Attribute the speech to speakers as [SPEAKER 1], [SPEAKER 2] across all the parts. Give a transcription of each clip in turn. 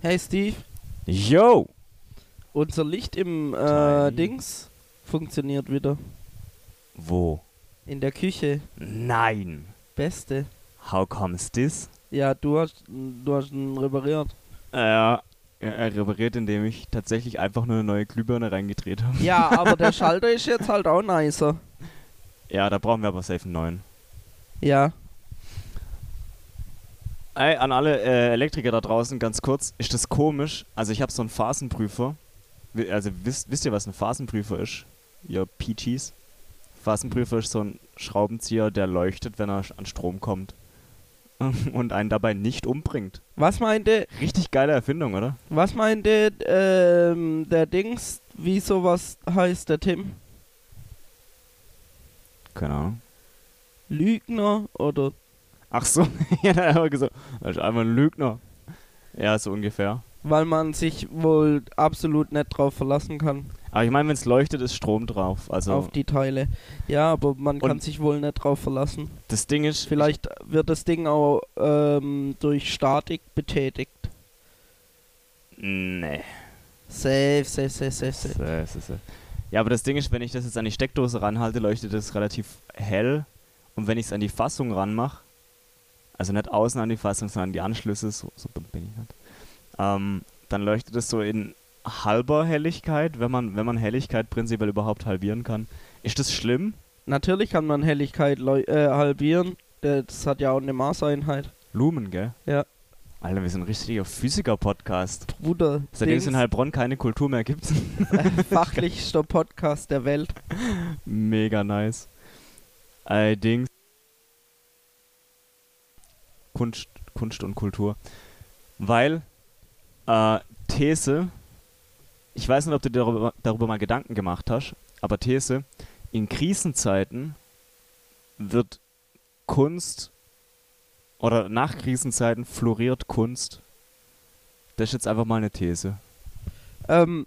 [SPEAKER 1] Hey Steve,
[SPEAKER 2] Yo!
[SPEAKER 1] unser Licht im äh,
[SPEAKER 2] Tiny.
[SPEAKER 1] Dings funktioniert wieder.
[SPEAKER 2] Wo?
[SPEAKER 1] In der Küche.
[SPEAKER 2] Nein!
[SPEAKER 1] Beste.
[SPEAKER 2] How comes this?
[SPEAKER 1] Ja, du hast, du hast ihn repariert.
[SPEAKER 2] Äh, er, er repariert, indem ich tatsächlich einfach nur eine neue Glühbirne reingedreht habe.
[SPEAKER 1] Ja, aber der Schalter ist jetzt halt auch nicer.
[SPEAKER 2] Ja, da brauchen wir aber safe einen neuen.
[SPEAKER 1] Ja.
[SPEAKER 2] Ey, an alle äh, Elektriker da draußen, ganz kurz, ist das komisch? Also ich habe so einen Phasenprüfer. Wi- Also wisst, wisst ihr, was ein Phasenprüfer ist? Ihr Peaches. Phasenprüfer ist so ein Schraubenzieher, der leuchtet, wenn er sch- an Strom kommt. Und einen dabei nicht umbringt.
[SPEAKER 1] Was meinte,
[SPEAKER 2] Richtig geile Erfindung, oder?
[SPEAKER 1] was meinte ähm, der Dings, wie sowas heißt der Tim?
[SPEAKER 2] Keine Ahnung.
[SPEAKER 1] Lügner oder
[SPEAKER 2] Ach so, ja, da hat er gesagt, das ist einfach ein Lügner. Ja, so ungefähr.
[SPEAKER 1] weil man sich wohl absolut nicht drauf verlassen kann
[SPEAKER 2] Aber ich meine, wenn es leuchtet, ist Strom drauf. Also
[SPEAKER 1] auf die Teile. Ja, aber man kann
[SPEAKER 2] Und-
[SPEAKER 1] sich wohl nicht drauf verlassen.
[SPEAKER 2] das Ding ist,
[SPEAKER 1] Vielleicht wird das Ding auch ähm, durch Statik betätigt.
[SPEAKER 2] Nee. äh,
[SPEAKER 1] Safe, safe, safe, safe, safe.
[SPEAKER 2] So, so, so. Ja, aber das Ding ist, wenn ich das jetzt an die Steckdose ranhalte, leuchtet das relativ hell. Und wenn ich es an die Fassung ranmache, also nicht außen an die Fassung, sondern an die Anschlüsse, so, so dumm bin ich nicht, ähm, dann leuchtet es so in halber Helligkeit, wenn man, wenn man Helligkeit prinzipiell überhaupt halbieren kann. Ist das schlimm?
[SPEAKER 1] Natürlich kann man Helligkeit leu- äh, halbieren. Äh, Das hat ja auch eine Maßeinheit.
[SPEAKER 2] Lumen, gell?
[SPEAKER 1] Ja.
[SPEAKER 2] Alter, wir sind ein richtiger Physiker-Podcast.
[SPEAKER 1] Bruder,
[SPEAKER 2] Seitdem es
[SPEAKER 1] Dings,
[SPEAKER 2] in Heilbronn keine Kultur mehr gibt.
[SPEAKER 1] fachlichster Podcast der Welt.
[SPEAKER 2] Mega nice. Allerdings. Kunst, Kunst und Kultur. Weil, äh, These, ich weiß nicht, ob du dir darüber, darüber mal Gedanken gemacht hast, aber These, in Krisenzeiten wird Kunst oder nach Krisenzeiten floriert Kunst. Das ist jetzt einfach mal eine These.
[SPEAKER 1] Ähm,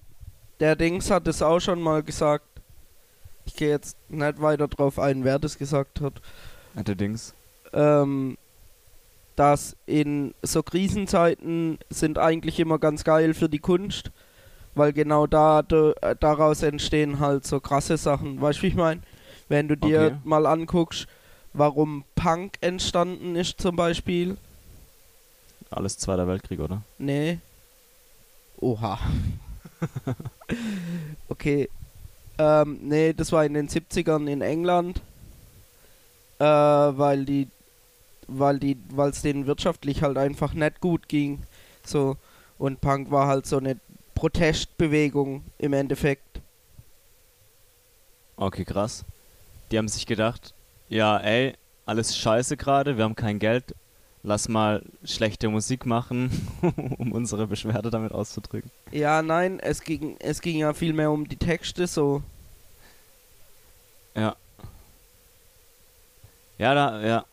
[SPEAKER 1] der Dings hat es auch schon mal gesagt. Ich gehe jetzt nicht weiter drauf ein, wer das gesagt hat.
[SPEAKER 2] Allerdings.
[SPEAKER 1] Ähm, dass in so Krisenzeiten sind eigentlich immer ganz geil für die Kunst, weil genau da da- äh, daraus entstehen halt so krasse Sachen. Weißt du, wie ich meine? Wenn du dir
[SPEAKER 2] Okay.
[SPEAKER 1] mal anguckst, warum Punk entstanden ist zum Beispiel.
[SPEAKER 2] Alles Zweiter Weltkrieg, oder?
[SPEAKER 1] Nee. Oha. okay. Ähm, nee, das war in den 70ern in England. Äh, weil die weil die weil es denen wirtschaftlich halt einfach nicht gut ging. So und Punk war halt so eine Protestbewegung im Endeffekt.
[SPEAKER 2] Okay, krass. Die haben sich gedacht, ja, ey, alles scheiße gerade, wir haben kein Geld, lass mal schlechte Musik machen, um unsere Beschwerde damit auszudrücken.
[SPEAKER 1] Ja, nein, es ging es ging ja viel mehr um die Texte so.
[SPEAKER 2] Ja. Ja, da, ja.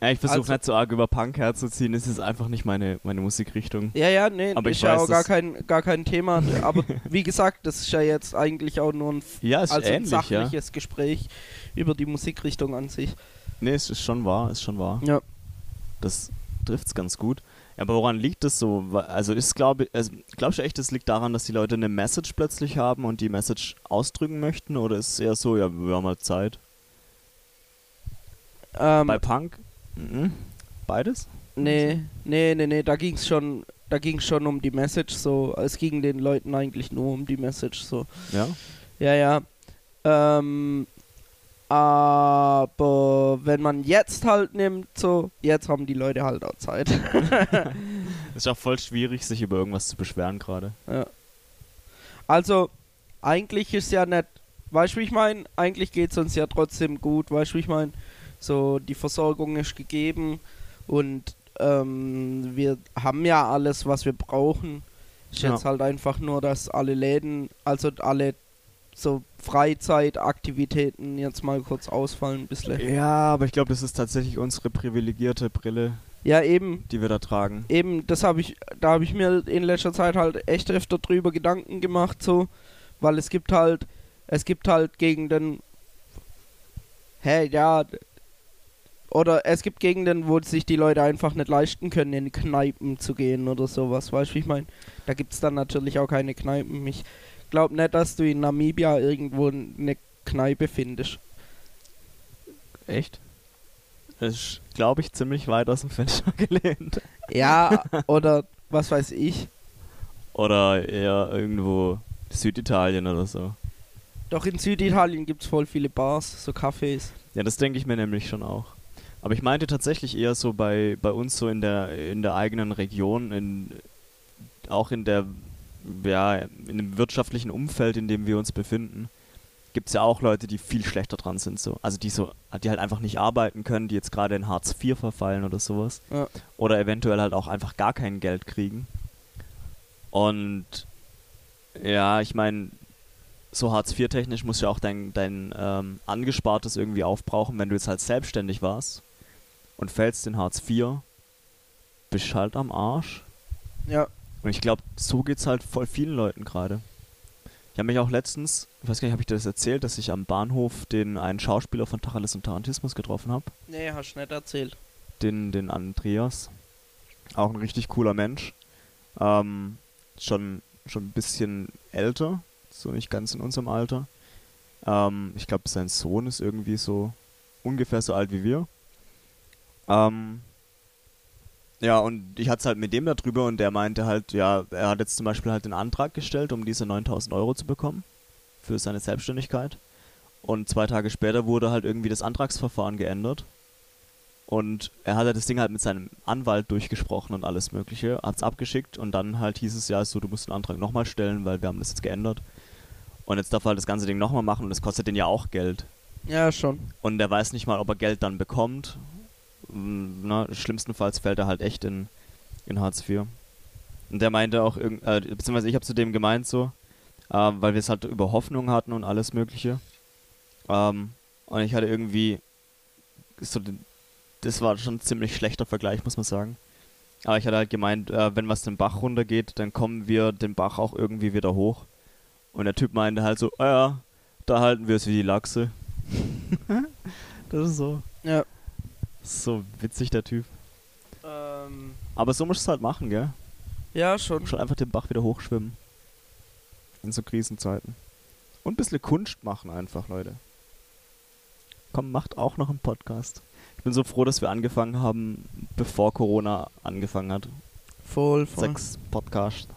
[SPEAKER 2] ja ich versuche
[SPEAKER 1] Also-
[SPEAKER 2] nicht so arg über Punk herzuziehen, es ist einfach nicht meine, meine Musikrichtung.
[SPEAKER 1] Ja, ja, nee,
[SPEAKER 2] Aber
[SPEAKER 1] ist
[SPEAKER 2] ich
[SPEAKER 1] ja
[SPEAKER 2] weiß,
[SPEAKER 1] auch gar
[SPEAKER 2] dass-
[SPEAKER 1] kein gar kein Thema, aber wie gesagt, das ist ja jetzt eigentlich auch nur ein
[SPEAKER 2] Ja, ist
[SPEAKER 1] also ein
[SPEAKER 2] ähnlich, ja.
[SPEAKER 1] sachliches Gespräch über die Musikrichtung an sich.
[SPEAKER 2] Nee, es ist schon wahr, ist schon wahr.
[SPEAKER 1] Ja.
[SPEAKER 2] Das trifft's ganz gut. Ja, aber woran liegt das so? Wa- Also ist glaube also glaubst du echt, das liegt daran, dass die Leute eine Message plötzlich haben und die Message ausdrücken möchten oder ist es eher so, ja, wir haben halt Zeit? Bei Hm.
[SPEAKER 1] Ähm,
[SPEAKER 2] Punk? Mhm. Beides?
[SPEAKER 1] nee, nee, nee, nee, da ging's schon, da ging's schon um die Message so. Es ging den Leuten eigentlich nur um die Message so.
[SPEAKER 2] Ja.
[SPEAKER 1] Ja, ja. Ähm, aber wenn man jetzt halt nimmt, so, jetzt haben die Leute halt auch Zeit.
[SPEAKER 2] Ist auch voll schwierig, sich über irgendwas zu beschweren gerade.
[SPEAKER 1] Also, eigentlich ist ja nicht, weißt du, wie ich meine? Eigentlich geht es uns ja trotzdem gut, weißt du, wie ich meine? So, die Versorgung ist gegeben und ähm, wir haben ja alles, was wir brauchen. Ist
[SPEAKER 2] Ja.
[SPEAKER 1] jetzt halt einfach nur, dass alle Läden, also alle so Freizeitaktivitäten jetzt mal kurz ausfallen ein bisschen.
[SPEAKER 2] Ja, aber ich glaube, das ist tatsächlich unsere privilegierte Brille,
[SPEAKER 1] Ja, eben,
[SPEAKER 2] die wir da tragen.
[SPEAKER 1] eben, das habe ich, da habe ich mir in letzter Zeit halt echt öfter drüber Gedanken gemacht, so, weil es gibt halt, es gibt halt gegen den, hä, ja, oder es gibt Gegenden, wo sich die Leute einfach nicht leisten können, in Kneipen zu gehen oder sowas, weißt du, wie ich meine? Da gibt es dann natürlich auch keine Kneipen. Ich glaube nicht, dass du in Namibia irgendwo eine Kneipe findest.
[SPEAKER 2] Echt? Das ist, glaube ich, ziemlich weit aus dem Fenster gelehnt.
[SPEAKER 1] Ja, oder was weiß ich.
[SPEAKER 2] Oder eher irgendwo Süditalien oder so.
[SPEAKER 1] Doch in Süditalien gibt es voll viele Bars, so Cafés.
[SPEAKER 2] Ja, das denke ich mir nämlich schon auch. Aber ich meinte tatsächlich eher so bei, bei uns so in der, in der eigenen Region, in, auch in der, ja, in dem wirtschaftlichen Umfeld, in dem wir uns befinden, gibt es ja auch Leute, die viel schlechter dran sind. So. Also die so, die halt einfach nicht arbeiten können, die jetzt gerade in Hartz IV verfallen oder sowas.
[SPEAKER 1] Ja.
[SPEAKER 2] Oder eventuell halt auch einfach gar kein Geld kriegen. Und ja, ich meine, so Hartz IV-technisch musst du ja auch dein, dein ähm, Angespartes irgendwie aufbrauchen, wenn du jetzt halt selbstständig warst und fällst in Hartz IV, bist halt am Arsch.
[SPEAKER 1] Ja,
[SPEAKER 2] Und ich glaube, so geht's halt voll vielen Leuten gerade. Ich habe mich auch letztens, ich weiß gar nicht, habe ich dir das erzählt, dass ich am Bahnhof den einen Schauspieler von Tacheles und Tarantismus getroffen habe
[SPEAKER 1] nee, hast du nicht erzählt.
[SPEAKER 2] den, den Andreas. Auch ein richtig cooler Mensch. Ähm, schon, schon ein bisschen älter, so nicht ganz in unserem Alter. Ähm, ich glaube, sein Sohn ist irgendwie so ungefähr so alt wie wir. Ähm, ja, und ich hatte es halt mit dem darüber und der meinte halt, ja, er hat jetzt zum Beispiel halt den Antrag gestellt, um diese 9000 Euro zu bekommen für seine Selbstständigkeit. Und zwei Tage später wurde halt irgendwie das Antragsverfahren geändert. Und er hat halt das Ding halt mit seinem Anwalt durchgesprochen und alles Mögliche, hat's abgeschickt und dann halt hieß es ja so, du musst den Antrag nochmal stellen, weil wir haben das jetzt geändert. Und jetzt darf er halt das ganze Ding nochmal machen und es kostet den ja auch Geld.
[SPEAKER 1] Ja, schon.
[SPEAKER 2] Und er weiß nicht mal, ob er Geld dann bekommt. Mm, Na, schlimmstenfalls fällt er halt echt in, in Hartz IV. Und der meinte auch, irgend- äh, beziehungsweise ich habe zu dem gemeint so, äh, weil wir es halt über Hoffnung hatten und alles Mögliche. Ähm, und ich hatte irgendwie so, den- das war schon ein ziemlich schlechter Vergleich, muss man sagen. Aber ich hatte halt gemeint, äh, wenn was den Bach runtergeht, dann kommen wir den Bach auch irgendwie wieder hoch. Und der Typ meinte halt so, ah ja, da halten wir es wie die Lachse. das ist so,
[SPEAKER 1] Ja.
[SPEAKER 2] so witzig, der Typ.
[SPEAKER 1] Ähm,
[SPEAKER 2] Aber so musst du es halt machen, gell?
[SPEAKER 1] ja, schon.
[SPEAKER 2] Schon einfach den Bach wieder hochschwimmen. In so Krisenzeiten. Und ein bisschen Kunst machen einfach, Leute. Komm, macht auch noch einen Podcast. Ich bin so froh, dass wir angefangen haben, bevor Corona angefangen hat.
[SPEAKER 1] Voll, voll.
[SPEAKER 2] Sechs Podcast.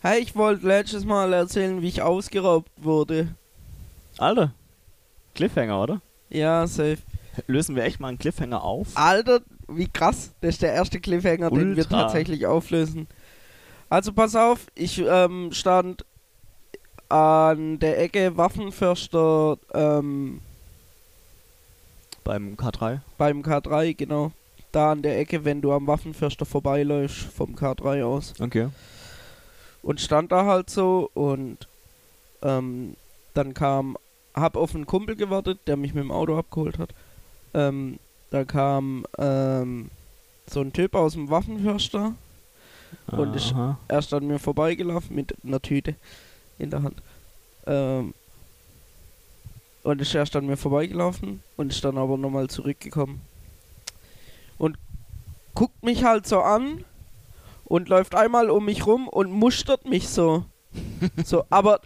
[SPEAKER 1] Hey, ich wollte letztes Mal erzählen, wie ich ausgeraubt wurde.
[SPEAKER 2] Alter, Cliffhanger, oder?
[SPEAKER 1] Ja, safe.
[SPEAKER 2] Lösen wir echt mal einen Cliffhanger auf?
[SPEAKER 1] Alter, wie krass. Das ist der erste Cliffhanger, den wir
[SPEAKER 2] Ultra.
[SPEAKER 1] tatsächlich auflösen. Also pass auf, ich ähm, stand an der Ecke Waffenförster ähm,
[SPEAKER 2] Beim K3?
[SPEAKER 1] Beim K3, genau. Da an der Ecke, wenn du am Waffenförster vorbeiläufst, vom K3 aus.
[SPEAKER 2] Okay.
[SPEAKER 1] Und stand da halt so und ähm, dann kam, hab auf einen Kumpel gewartet, der mich mit dem Auto abgeholt hat. Ähm, da kam ähm, so ein Typ aus dem Waffenförster. Und ich-
[SPEAKER 2] Aha.
[SPEAKER 1] Er ist an mir vorbeigelaufen mit einer Tüte in der Hand. Ähm, und ist erst an mir vorbeigelaufen und ist dann aber nochmal zurückgekommen. Und guckt mich halt so an und läuft einmal um mich rum und mustert mich so. so, aber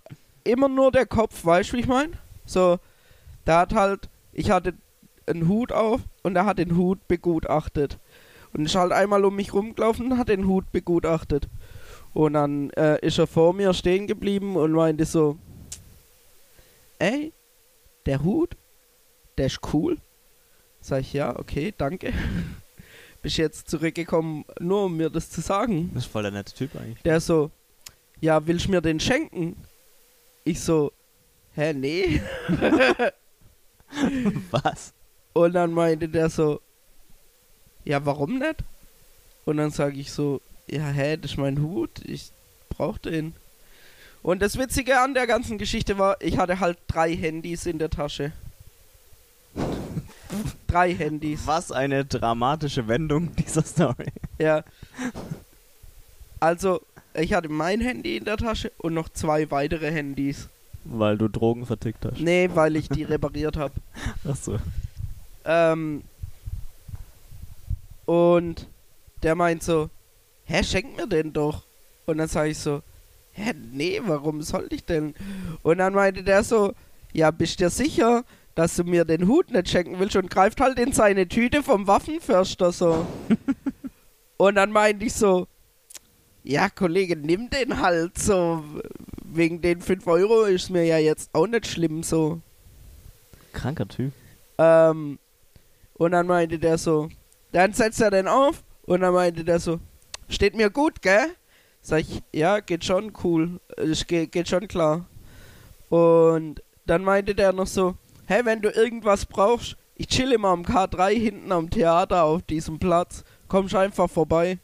[SPEAKER 1] immer nur der Kopf, weißt du, wie ich meine? So, der hat halt, ich hatte einen Hut auf und er hat den Hut begutachtet. Und ist halt einmal um mich rumgelaufen und hat den Hut begutachtet. Und dann äh, ist er vor mir stehen geblieben und meinte so, ey, der Hut, der ist cool. Sag ich, ja, okay, danke. Bist jetzt zurückgekommen, nur um mir das zu sagen.
[SPEAKER 2] Das ist voll der nette Typ eigentlich.
[SPEAKER 1] Der so, ja, willst du mir den schenken? Ich so, hä, nee.
[SPEAKER 2] Was?
[SPEAKER 1] Und dann meinte der so, ja, warum nicht? Und dann sage ich so, ja, hä, das ist mein Hut, ich brauch den. Und das Witzige an der ganzen Geschichte war, ich hatte halt drei Handys in der Tasche. drei Handys.
[SPEAKER 2] Was eine dramatische Wendung dieser Story.
[SPEAKER 1] Ja. Also, ich hatte mein Handy in der Tasche und noch zwei weitere Handys.
[SPEAKER 2] Weil du Drogen vertickt hast.
[SPEAKER 1] Nee, weil ich die repariert habe.
[SPEAKER 2] Achso.
[SPEAKER 1] Ähm, und der meint so, hä, schenk mir den doch. Und dann sage ich so, hä, nee, warum sollte ich denn? Und dann meinte der so, ja, bist dir sicher, dass du mir den Hut nicht schenken willst und greift halt in seine Tüte vom Waffenförster so. und dann meinte ich so, ja, Kollege, nimm den halt so. Wegen den 5 Euro ist mir ja jetzt auch nicht schlimm so.
[SPEAKER 2] Kranker Typ.
[SPEAKER 1] Ähm, und dann meinte der so, dann setzt er den auf und dann meinte der so, steht mir gut, gell? Sag ich, ja, geht schon cool, ich, geht, geht schon klar. Und dann meinte der noch so, hey, wenn du irgendwas brauchst, ich chill immer am K3 hinten am Theater auf diesem Platz, kommst einfach vorbei.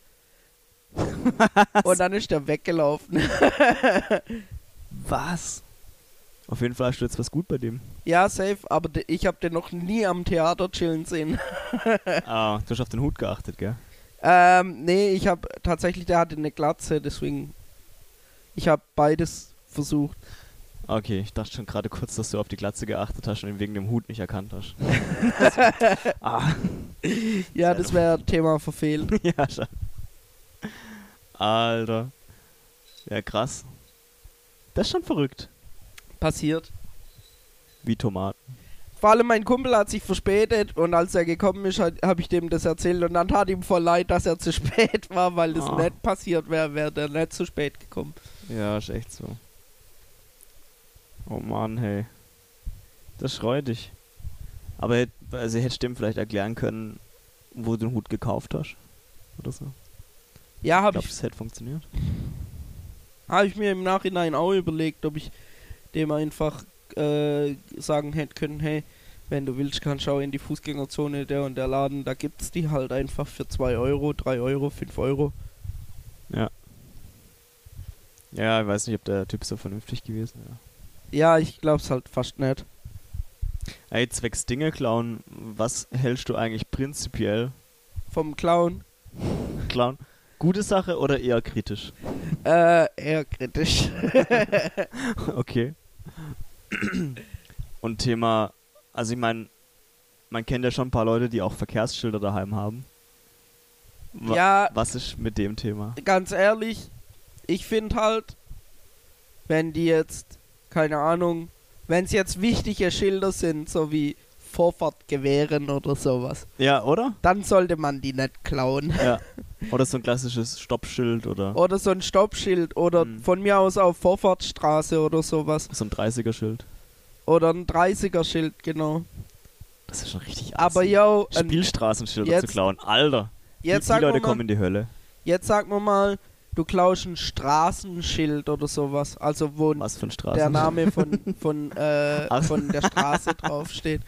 [SPEAKER 1] Und dann ist der weggelaufen.
[SPEAKER 2] Was? Auf jeden Fall hast du jetzt was gut bei dem.
[SPEAKER 1] ja, safe, aber de- ich hab den noch nie am Theater chillen sehen.
[SPEAKER 2] Ah, du hast auf den Hut geachtet, gell?
[SPEAKER 1] Ähm, nee, ich habe tatsächlich, der hatte eine Glatze, deswegen. Ich habe beides versucht.
[SPEAKER 2] Okay, ich dachte schon gerade kurz, dass du auf die Glatze geachtet hast und ihn wegen dem Hut nicht erkannt hast. ah,
[SPEAKER 1] Ja,
[SPEAKER 2] Sehr
[SPEAKER 1] das wäre Thema verfehlt.
[SPEAKER 2] ja, schon. Alter. Ja, krass. Das ist schon verrückt.
[SPEAKER 1] Passiert.
[SPEAKER 2] Wie Tomaten.
[SPEAKER 1] Vor allem mein Kumpel hat sich verspätet und als er gekommen ist, habe ich dem das erzählt und dann tat ihm voll leid, dass er zu spät war, weil das
[SPEAKER 2] Ah.
[SPEAKER 1] nicht passiert wäre, wäre der nicht zu spät gekommen.
[SPEAKER 2] Ja, ist echt so. Oh Mann, hey. Das freut dich. Aber hätt- also hättest du ihm vielleicht erklären können, wo du den Hut gekauft hast? Oder so.
[SPEAKER 1] Ja, habe
[SPEAKER 2] Glaubst
[SPEAKER 1] ich,
[SPEAKER 2] du, das hätte funktioniert?
[SPEAKER 1] hab ich mir im Nachhinein auch überlegt, ob ich dem einfach äh, sagen hätte können, hey, wenn du willst, kannst du auch in die Fußgängerzone der und der Laden, da gibt's die halt einfach für 2 Euro, 3 Euro, 5 Euro.
[SPEAKER 2] Ja, ich weiß nicht, ob der Typ so vernünftig gewesen wäre.
[SPEAKER 1] Ja, ich glaub's halt fast nicht.
[SPEAKER 2] Ey, zwecks Dinge klauen, was hältst du eigentlich prinzipiell?
[SPEAKER 1] Vom Clown
[SPEAKER 2] Klauen? Gute Sache oder eher kritisch?
[SPEAKER 1] äh, eher kritisch.
[SPEAKER 2] Okay. Und Thema, also ich meine, man kennt ja schon ein paar Leute, die auch Verkehrsschilder daheim haben. Wa-
[SPEAKER 1] ja,
[SPEAKER 2] Was ist mit dem Thema?
[SPEAKER 1] ganz ehrlich, ich finde halt, wenn die jetzt, keine Ahnung, wenn es jetzt wichtige Schilder sind, so wie Vorfahrt gewähren oder sowas,
[SPEAKER 2] Ja, oder?
[SPEAKER 1] dann sollte man die nicht klauen.
[SPEAKER 2] Ja. Oder so ein klassisches Stoppschild oder
[SPEAKER 1] Oder so ein Stoppschild oder
[SPEAKER 2] Mhm.
[SPEAKER 1] von mir aus auf Vorfahrtsstraße oder sowas.
[SPEAKER 2] so ein 30er-Schild.
[SPEAKER 1] Oder ein 30er-Schild, genau.
[SPEAKER 2] Das ist schon richtig
[SPEAKER 1] Aber
[SPEAKER 2] assi.
[SPEAKER 1] yo, ein,
[SPEAKER 2] Spielstraßenschilder zu
[SPEAKER 1] jetzt-
[SPEAKER 2] klauen. Alter,
[SPEAKER 1] jetzt,
[SPEAKER 2] die, die
[SPEAKER 1] sagen
[SPEAKER 2] Leute
[SPEAKER 1] wir mal,
[SPEAKER 2] kommen in die Hölle.
[SPEAKER 1] jetzt sagen wir mal, du klaust ein Straßenschild oder sowas. Also wo ein
[SPEAKER 2] Was für ein Straßen.
[SPEAKER 1] der Name von, von, äh,
[SPEAKER 2] Ach.
[SPEAKER 1] von der Straße draufsteht.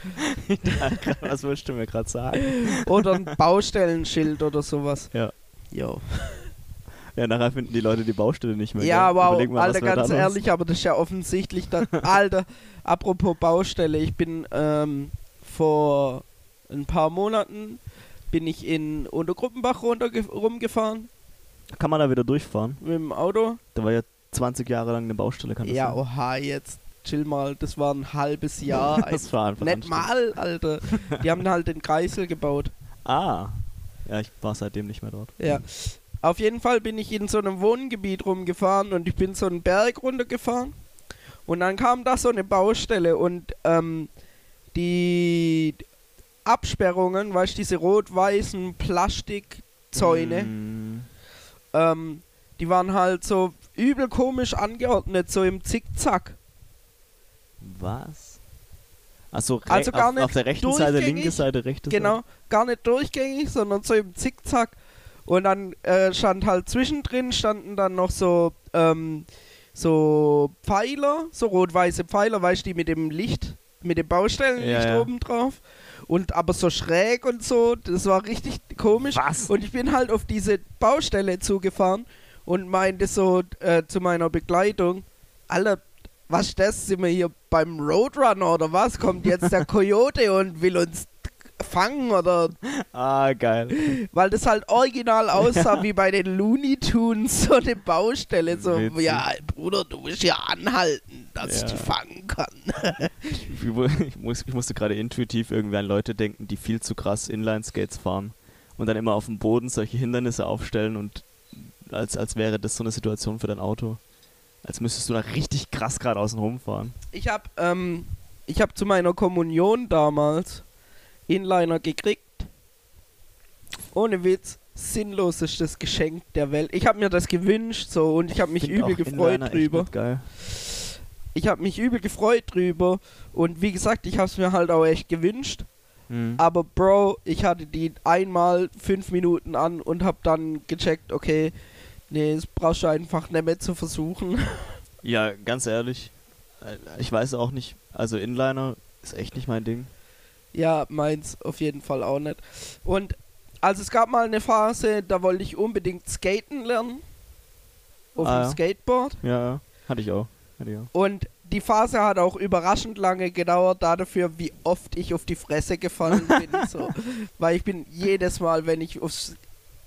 [SPEAKER 2] Was willst du mir gerade sagen?
[SPEAKER 1] Oder ein Baustellenschild oder sowas.
[SPEAKER 2] Ja.
[SPEAKER 1] Jo.
[SPEAKER 2] Ja, nachher finden die Leute die Baustelle nicht mehr.
[SPEAKER 1] Ja,
[SPEAKER 2] gell?
[SPEAKER 1] wow,
[SPEAKER 2] Überleg mal,
[SPEAKER 1] Alter,
[SPEAKER 2] was wir da
[SPEAKER 1] ganz
[SPEAKER 2] los-
[SPEAKER 1] ehrlich, aber das ist ja offensichtlich, dass, Alter, apropos Baustelle, ich bin ähm, vor ein paar Monaten bin ich in Untergruppenbach runter rumgefahren
[SPEAKER 2] Kann man da wieder durchfahren?
[SPEAKER 1] mit dem Auto.
[SPEAKER 2] Da war ja 20 Jahre lang eine Baustelle, kann das
[SPEAKER 1] Ja, oh,
[SPEAKER 2] sein?
[SPEAKER 1] oha, jetzt chill mal, das war ein halbes Jahr.
[SPEAKER 2] das war einfach
[SPEAKER 1] Nicht
[SPEAKER 2] anstrengend.
[SPEAKER 1] mal, Alter. Die haben halt den Kreisel gebaut.
[SPEAKER 2] Ah. Ja, ich war seitdem nicht mehr dort.
[SPEAKER 1] Ja. Auf jeden Fall bin ich in so einem Wohngebiet rumgefahren und ich bin so einen Berg runtergefahren. Und dann kam da so eine Baustelle und ähm, die Absperrungen, weißt du, diese rot-weißen Plastikzäune,
[SPEAKER 2] Mm,
[SPEAKER 1] ähm, die waren halt so übel komisch angeordnet, so im Zickzack.
[SPEAKER 2] was? Achso,
[SPEAKER 1] Also gar
[SPEAKER 2] auf,
[SPEAKER 1] nicht
[SPEAKER 2] auf der rechten Seite,
[SPEAKER 1] durchgängig.
[SPEAKER 2] linke Seite, rechte
[SPEAKER 1] Genau,
[SPEAKER 2] Seite.
[SPEAKER 1] gar nicht durchgängig, sondern so im Zickzack. Und dann äh, stand halt zwischendrin, standen dann noch so, ähm, so Pfeiler, so rot-weiße Pfeiler, weißt du, die mit dem Licht, mit dem Baustellenlicht
[SPEAKER 2] Ja, ja.
[SPEAKER 1] oben drauf. Und aber so schräg und so, das war richtig komisch.
[SPEAKER 2] Was?
[SPEAKER 1] Und ich bin halt auf diese Baustelle zugefahren und meinte so äh, zu meiner Begleitung, Alter, was ist das? Sind wir hier beim Roadrunner oder was? Kommt jetzt der Coyote und will uns fangen oder
[SPEAKER 2] Ah, geil.
[SPEAKER 1] weil das halt original aussah wie bei den Looney Tunes so eine Baustelle so
[SPEAKER 2] Witzig.
[SPEAKER 1] ja Bruder du musst ja anhalten dass ich
[SPEAKER 2] Ja.
[SPEAKER 1] die fangen kann
[SPEAKER 2] Ich, wu- ich, muss, ich musste gerade intuitiv irgendwie an Leute denken, die viel zu krass Inline-Skates fahren und dann immer auf dem Boden solche Hindernisse aufstellen und als, als wäre das so eine Situation für dein Auto. Als müsstest du da richtig krass gerade außen rumfahren.
[SPEAKER 1] ich hab ähm, ich hab zu meiner Kommunion damals Inliner gekriegt ohne Witz sinnlosestes Geschenk der Welt ich habe mir das gewünscht so und ich habe mich
[SPEAKER 2] Find
[SPEAKER 1] übel
[SPEAKER 2] auch
[SPEAKER 1] gefreut
[SPEAKER 2] Inliner echt
[SPEAKER 1] drüber
[SPEAKER 2] nicht Geil.
[SPEAKER 1] ich habe mich übel gefreut drüber und wie gesagt, ich habe es mir halt auch echt gewünscht.
[SPEAKER 2] Mhm.
[SPEAKER 1] Aber Bro, ich hatte die einmal fünf Minuten an und habe dann gecheckt, okay, nee, das brauchst du einfach nicht mehr zu versuchen.
[SPEAKER 2] Ja, ganz ehrlich, äh, ich weiß auch nicht. Also Inliner ist echt nicht mein Ding.
[SPEAKER 1] ja, meins auf jeden Fall auch nicht. Und also es gab mal eine Phase, da wollte ich unbedingt skaten lernen. Auf
[SPEAKER 2] Ah,
[SPEAKER 1] dem
[SPEAKER 2] ja.
[SPEAKER 1] Skateboard.
[SPEAKER 2] Ja, ja. hatte ich auch. Hatte ich auch.
[SPEAKER 1] Und die Phase hat auch überraschend lange gedauert, dafür, wie oft ich auf die Fresse gefallen bin. so. Weil ich bin jedes Mal, wenn ich aufs,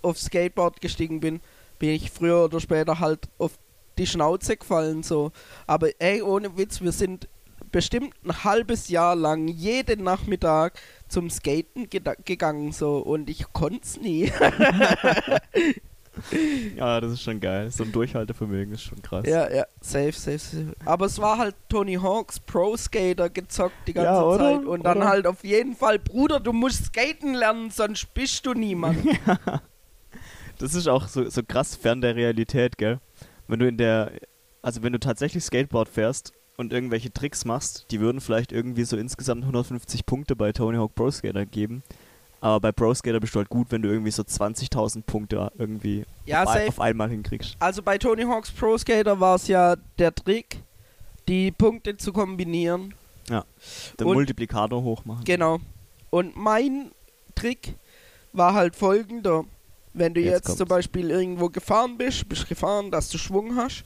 [SPEAKER 1] aufs Skateboard gestiegen bin, bin ich früher oder später halt auf die Schnauze gefallen. So. Aber ey, ohne Witz, wir sind bestimmt ein halbes Jahr lang jeden Nachmittag zum Skaten geda- gegangen so und ich konnte es nie.
[SPEAKER 2] Ja, das ist schon geil. So ein Durchhaltevermögen ist schon krass.
[SPEAKER 1] ja, ja, safe, safe, safe. Aber es war halt Tony Hawks Pro Skater gezockt die ganze
[SPEAKER 2] Ja, oder?
[SPEAKER 1] Zeit und dann
[SPEAKER 2] Oder?
[SPEAKER 1] halt auf jeden Fall, Bruder, du musst skaten lernen, sonst bist du niemand.
[SPEAKER 2] Das ist auch so, so krass fern der Realität, gell? Wenn du in der, also wenn du tatsächlich Skateboard fährst und irgendwelche Tricks machst, die würden vielleicht irgendwie so insgesamt 150 Punkte bei Tony Hawk Pro Skater geben. Aber bei Pro Skater bist du halt gut, wenn du irgendwie so 20.000 Punkte irgendwie
[SPEAKER 1] ja,
[SPEAKER 2] auf, ein,
[SPEAKER 1] safe.
[SPEAKER 2] auf einmal hinkriegst.
[SPEAKER 1] Also bei Tony Hawks Pro Skater war es ja der Trick, die Punkte zu kombinieren.
[SPEAKER 2] Den
[SPEAKER 1] Und-
[SPEAKER 2] Multiplikator hochmachen.
[SPEAKER 1] Genau. Und mein Trick war halt folgender. Wenn du jetzt,
[SPEAKER 2] Jetzt
[SPEAKER 1] zum
[SPEAKER 2] kommt's.
[SPEAKER 1] Beispiel irgendwo gefahren bist, bist gefahren, dass du Schwung hast,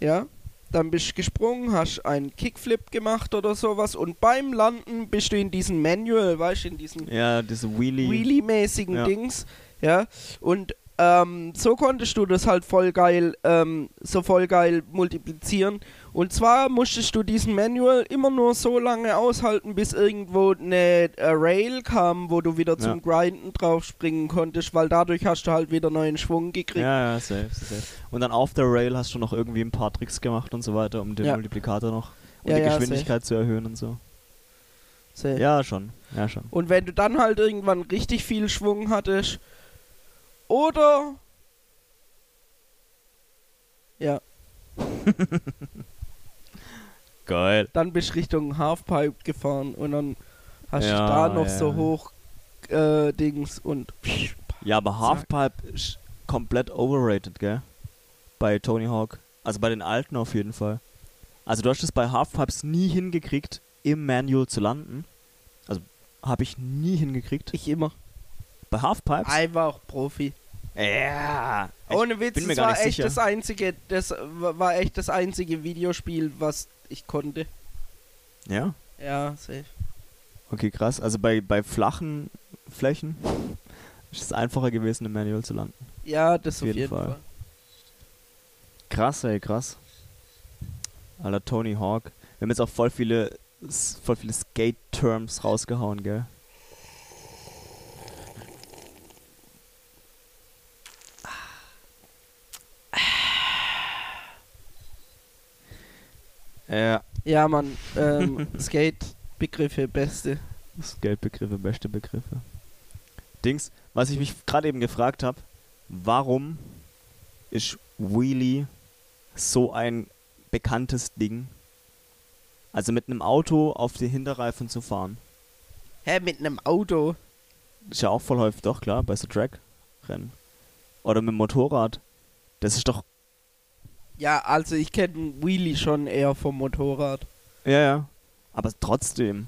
[SPEAKER 1] ja, dann bist du gesprungen, hast einen Kickflip gemacht oder sowas und beim Landen bist du in diesem Manual, weißt du, in diesem
[SPEAKER 2] Ja, diese Wheelie.
[SPEAKER 1] Wheelie-mäßigen
[SPEAKER 2] Ja.
[SPEAKER 1] Dings, ja, und ähm, so konntest du das halt voll geil, ähm, so voll geil multiplizieren. Und zwar musstest du diesen Manual immer nur so lange aushalten, bis irgendwo eine äh, Rail kam, wo du wieder zum Grinden drauf springen konntest, weil dadurch hast du halt wieder neuen Schwung gekriegt.
[SPEAKER 2] Ja, ja, safe, safe. Und dann auf der Rail hast du noch irgendwie ein paar Tricks gemacht und so weiter, um den
[SPEAKER 1] Ja.
[SPEAKER 2] Multiplikator noch und
[SPEAKER 1] Ja,
[SPEAKER 2] die
[SPEAKER 1] ja,
[SPEAKER 2] Geschwindigkeit zu erhöhen und so.
[SPEAKER 1] So.
[SPEAKER 2] Ja, schon. Ja, schon.
[SPEAKER 1] Und wenn du dann halt irgendwann richtig viel Schwung hattest, oder. Ja,
[SPEAKER 2] Geil.
[SPEAKER 1] dann bist du Richtung Halfpipe gefahren und dann hast
[SPEAKER 2] Ja,
[SPEAKER 1] du da noch
[SPEAKER 2] ja.
[SPEAKER 1] so hoch äh, Dings und
[SPEAKER 2] Ja, aber Halfpipe ist komplett overrated, gell? Bei Tony Hawk. Also bei den alten auf jeden Fall. Also du hast es bei Halfpipes nie hingekriegt, im Manual zu landen. Also habe ich nie hingekriegt.
[SPEAKER 1] ich immer.
[SPEAKER 2] bei Halfpipes?
[SPEAKER 1] Einfach Profi.
[SPEAKER 2] Ja.
[SPEAKER 1] Ohne Witz,
[SPEAKER 2] bin mir
[SPEAKER 1] das
[SPEAKER 2] gar
[SPEAKER 1] war
[SPEAKER 2] nicht
[SPEAKER 1] echt
[SPEAKER 2] sicher.
[SPEAKER 1] das einzige, das wa- war echt das einzige Videospiel, was ich konnte.
[SPEAKER 2] Ja.
[SPEAKER 1] Ja, safe.
[SPEAKER 2] Okay, krass. Also bei, bei flachen Flächen ist es einfacher gewesen, im Manual zu landen.
[SPEAKER 1] Ja, das auf jeden, Fall.
[SPEAKER 2] Krass, ey, krass. Alter, Tony Hawk. Wir haben jetzt auch voll viele, s- voll viele Skate-Terms rausgehauen, gell? Ah. Ja,
[SPEAKER 1] Ja, Mann, ähm, Skate-Begriffe, beste.
[SPEAKER 2] Skate-Begriffe, beste Begriffe. Dings, was ich mich gerade eben gefragt habe, warum ist Wheelie so ein bekanntes Ding? Also mit einem Auto auf die Hinterreifen zu fahren.
[SPEAKER 1] Hä, mit einem Auto?
[SPEAKER 2] Ist ja auch voll häufig, doch klar, bei so Drag-Rennen. Oder mit dem Motorrad. Das ist doch.
[SPEAKER 1] Ja, also ich kenne Wheelie schon eher vom Motorrad.
[SPEAKER 2] Ja, ja. Aber trotzdem.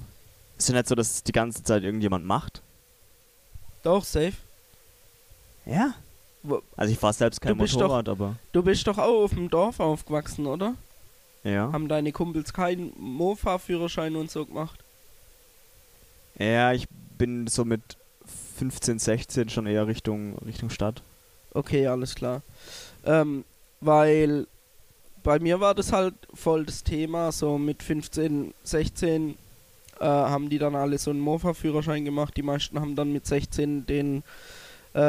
[SPEAKER 2] Ist ja nicht so, dass es die ganze Zeit irgendjemand macht.
[SPEAKER 1] Doch, safe.
[SPEAKER 2] Ja.
[SPEAKER 1] Wo-
[SPEAKER 2] Also ich fahre selbst kein
[SPEAKER 1] Du bist
[SPEAKER 2] Motorrad, aber.
[SPEAKER 1] Du bist doch auch auf dem Dorf aufgewachsen, oder?
[SPEAKER 2] Ja.
[SPEAKER 1] Haben deine Kumpels keinen Mofa-Führerschein und so gemacht?
[SPEAKER 2] Ja, ich bin so mit 15, 16 schon eher Richtung, Richtung Stadt.
[SPEAKER 1] Okay, alles klar. Ähm, weil bei mir war das halt voll das Thema, so mit 15, 16 äh, haben die dann alle so einen Mofa-Führerschein gemacht. Die meisten haben dann mit 16 den äh,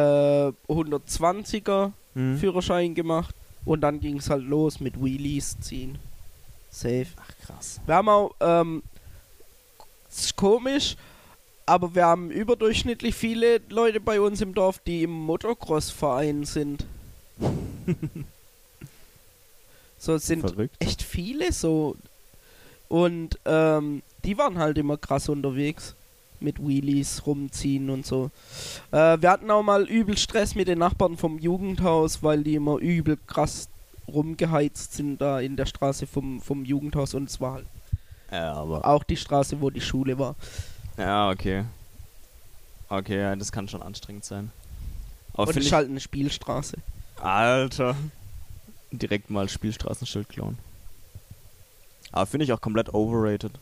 [SPEAKER 1] 120er
[SPEAKER 2] Mhm.
[SPEAKER 1] Führerschein gemacht. Und dann ging es halt los mit Wheelies ziehen. Safe.
[SPEAKER 2] Ach krass.
[SPEAKER 1] Wir haben auch, ähm, ist komisch, aber wir haben überdurchschnittlich viele Leute bei uns im Dorf, die im Motocross-Verein sind. so es sind
[SPEAKER 2] Verrückt.
[SPEAKER 1] echt viele so. Und ähm, die waren halt immer krass unterwegs. Mit Wheelies rumziehen und so. Äh, wir hatten auch mal übel Stress mit den Nachbarn vom Jugendhaus, weil die immer übel krass rumgeheizt sind da in der Straße vom, vom Jugendhaus und es war halt
[SPEAKER 2] Ja, aber.
[SPEAKER 1] auch die Straße, wo die Schule war.
[SPEAKER 2] Ah. Ja, okay. Okay, ja, das kann schon anstrengend sein. Aber
[SPEAKER 1] und
[SPEAKER 2] finde
[SPEAKER 1] es
[SPEAKER 2] ich.
[SPEAKER 1] ist halt eine Spielstraße.
[SPEAKER 2] Alter. Direkt mal Spielstraßenschild klauen. Aber finde ich auch komplett overrated.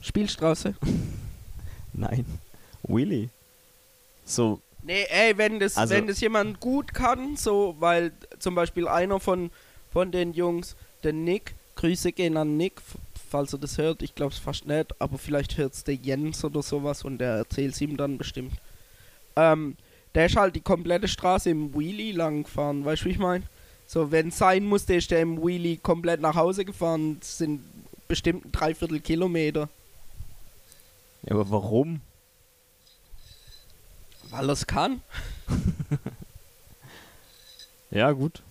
[SPEAKER 1] Spielstraße?
[SPEAKER 2] Nein. Willy. So,
[SPEAKER 1] Nee, ey, wenn das,
[SPEAKER 2] Also-
[SPEAKER 1] wenn das jemand gut kann, so, weil zum Beispiel einer von, von den Jungs, der Nick, Grüße gehen an Nick, f- falls er das hört, ich glaube es fast nicht, aber vielleicht hört es der Jens oder sowas und der erzählt es ihm dann bestimmt. Ähm, der ist halt die komplette Straße im Wheelie lang gefahren, weißt du, wie ich meine? So, wenn es sein musste, ist der im Wheelie komplett nach Hause gefahren, das sind bestimmt ein Dreiviertel Kilometer,
[SPEAKER 2] ja, aber warum?
[SPEAKER 1] weil er es kann.
[SPEAKER 2] Ja, gut.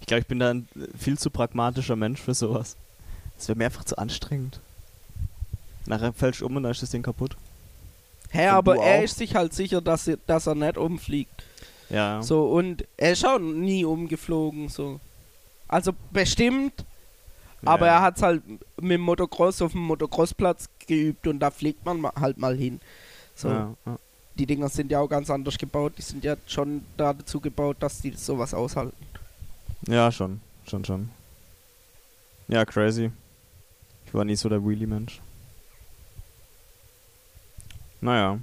[SPEAKER 2] Ich glaube, ich bin da ein äh, viel zu pragmatischer Mensch für sowas. Das wäre mir einfach zu anstrengend. Nachher fällst du um und dann ist das Ding kaputt.
[SPEAKER 1] Hä,
[SPEAKER 2] Und
[SPEAKER 1] aber
[SPEAKER 2] du
[SPEAKER 1] er
[SPEAKER 2] auch?
[SPEAKER 1] ist sich halt sicher, dass er, dass er nicht umfliegt.
[SPEAKER 2] Ja. So.
[SPEAKER 1] So, und er ist auch nie umgeflogen, so. Also bestimmt, aber er hat's halt mit dem Motocross auf dem Motocrossplatz geübt und da fliegt man ma- halt mal hin. So,
[SPEAKER 2] Ja, ja.
[SPEAKER 1] die Dinger sind ja auch ganz anders gebaut, die sind ja schon da dazu gebaut, dass die sowas aushalten.
[SPEAKER 2] ja, schon. Schon, schon. Ja, crazy. Ich war nie so der Wheelie-Mensch. Naja.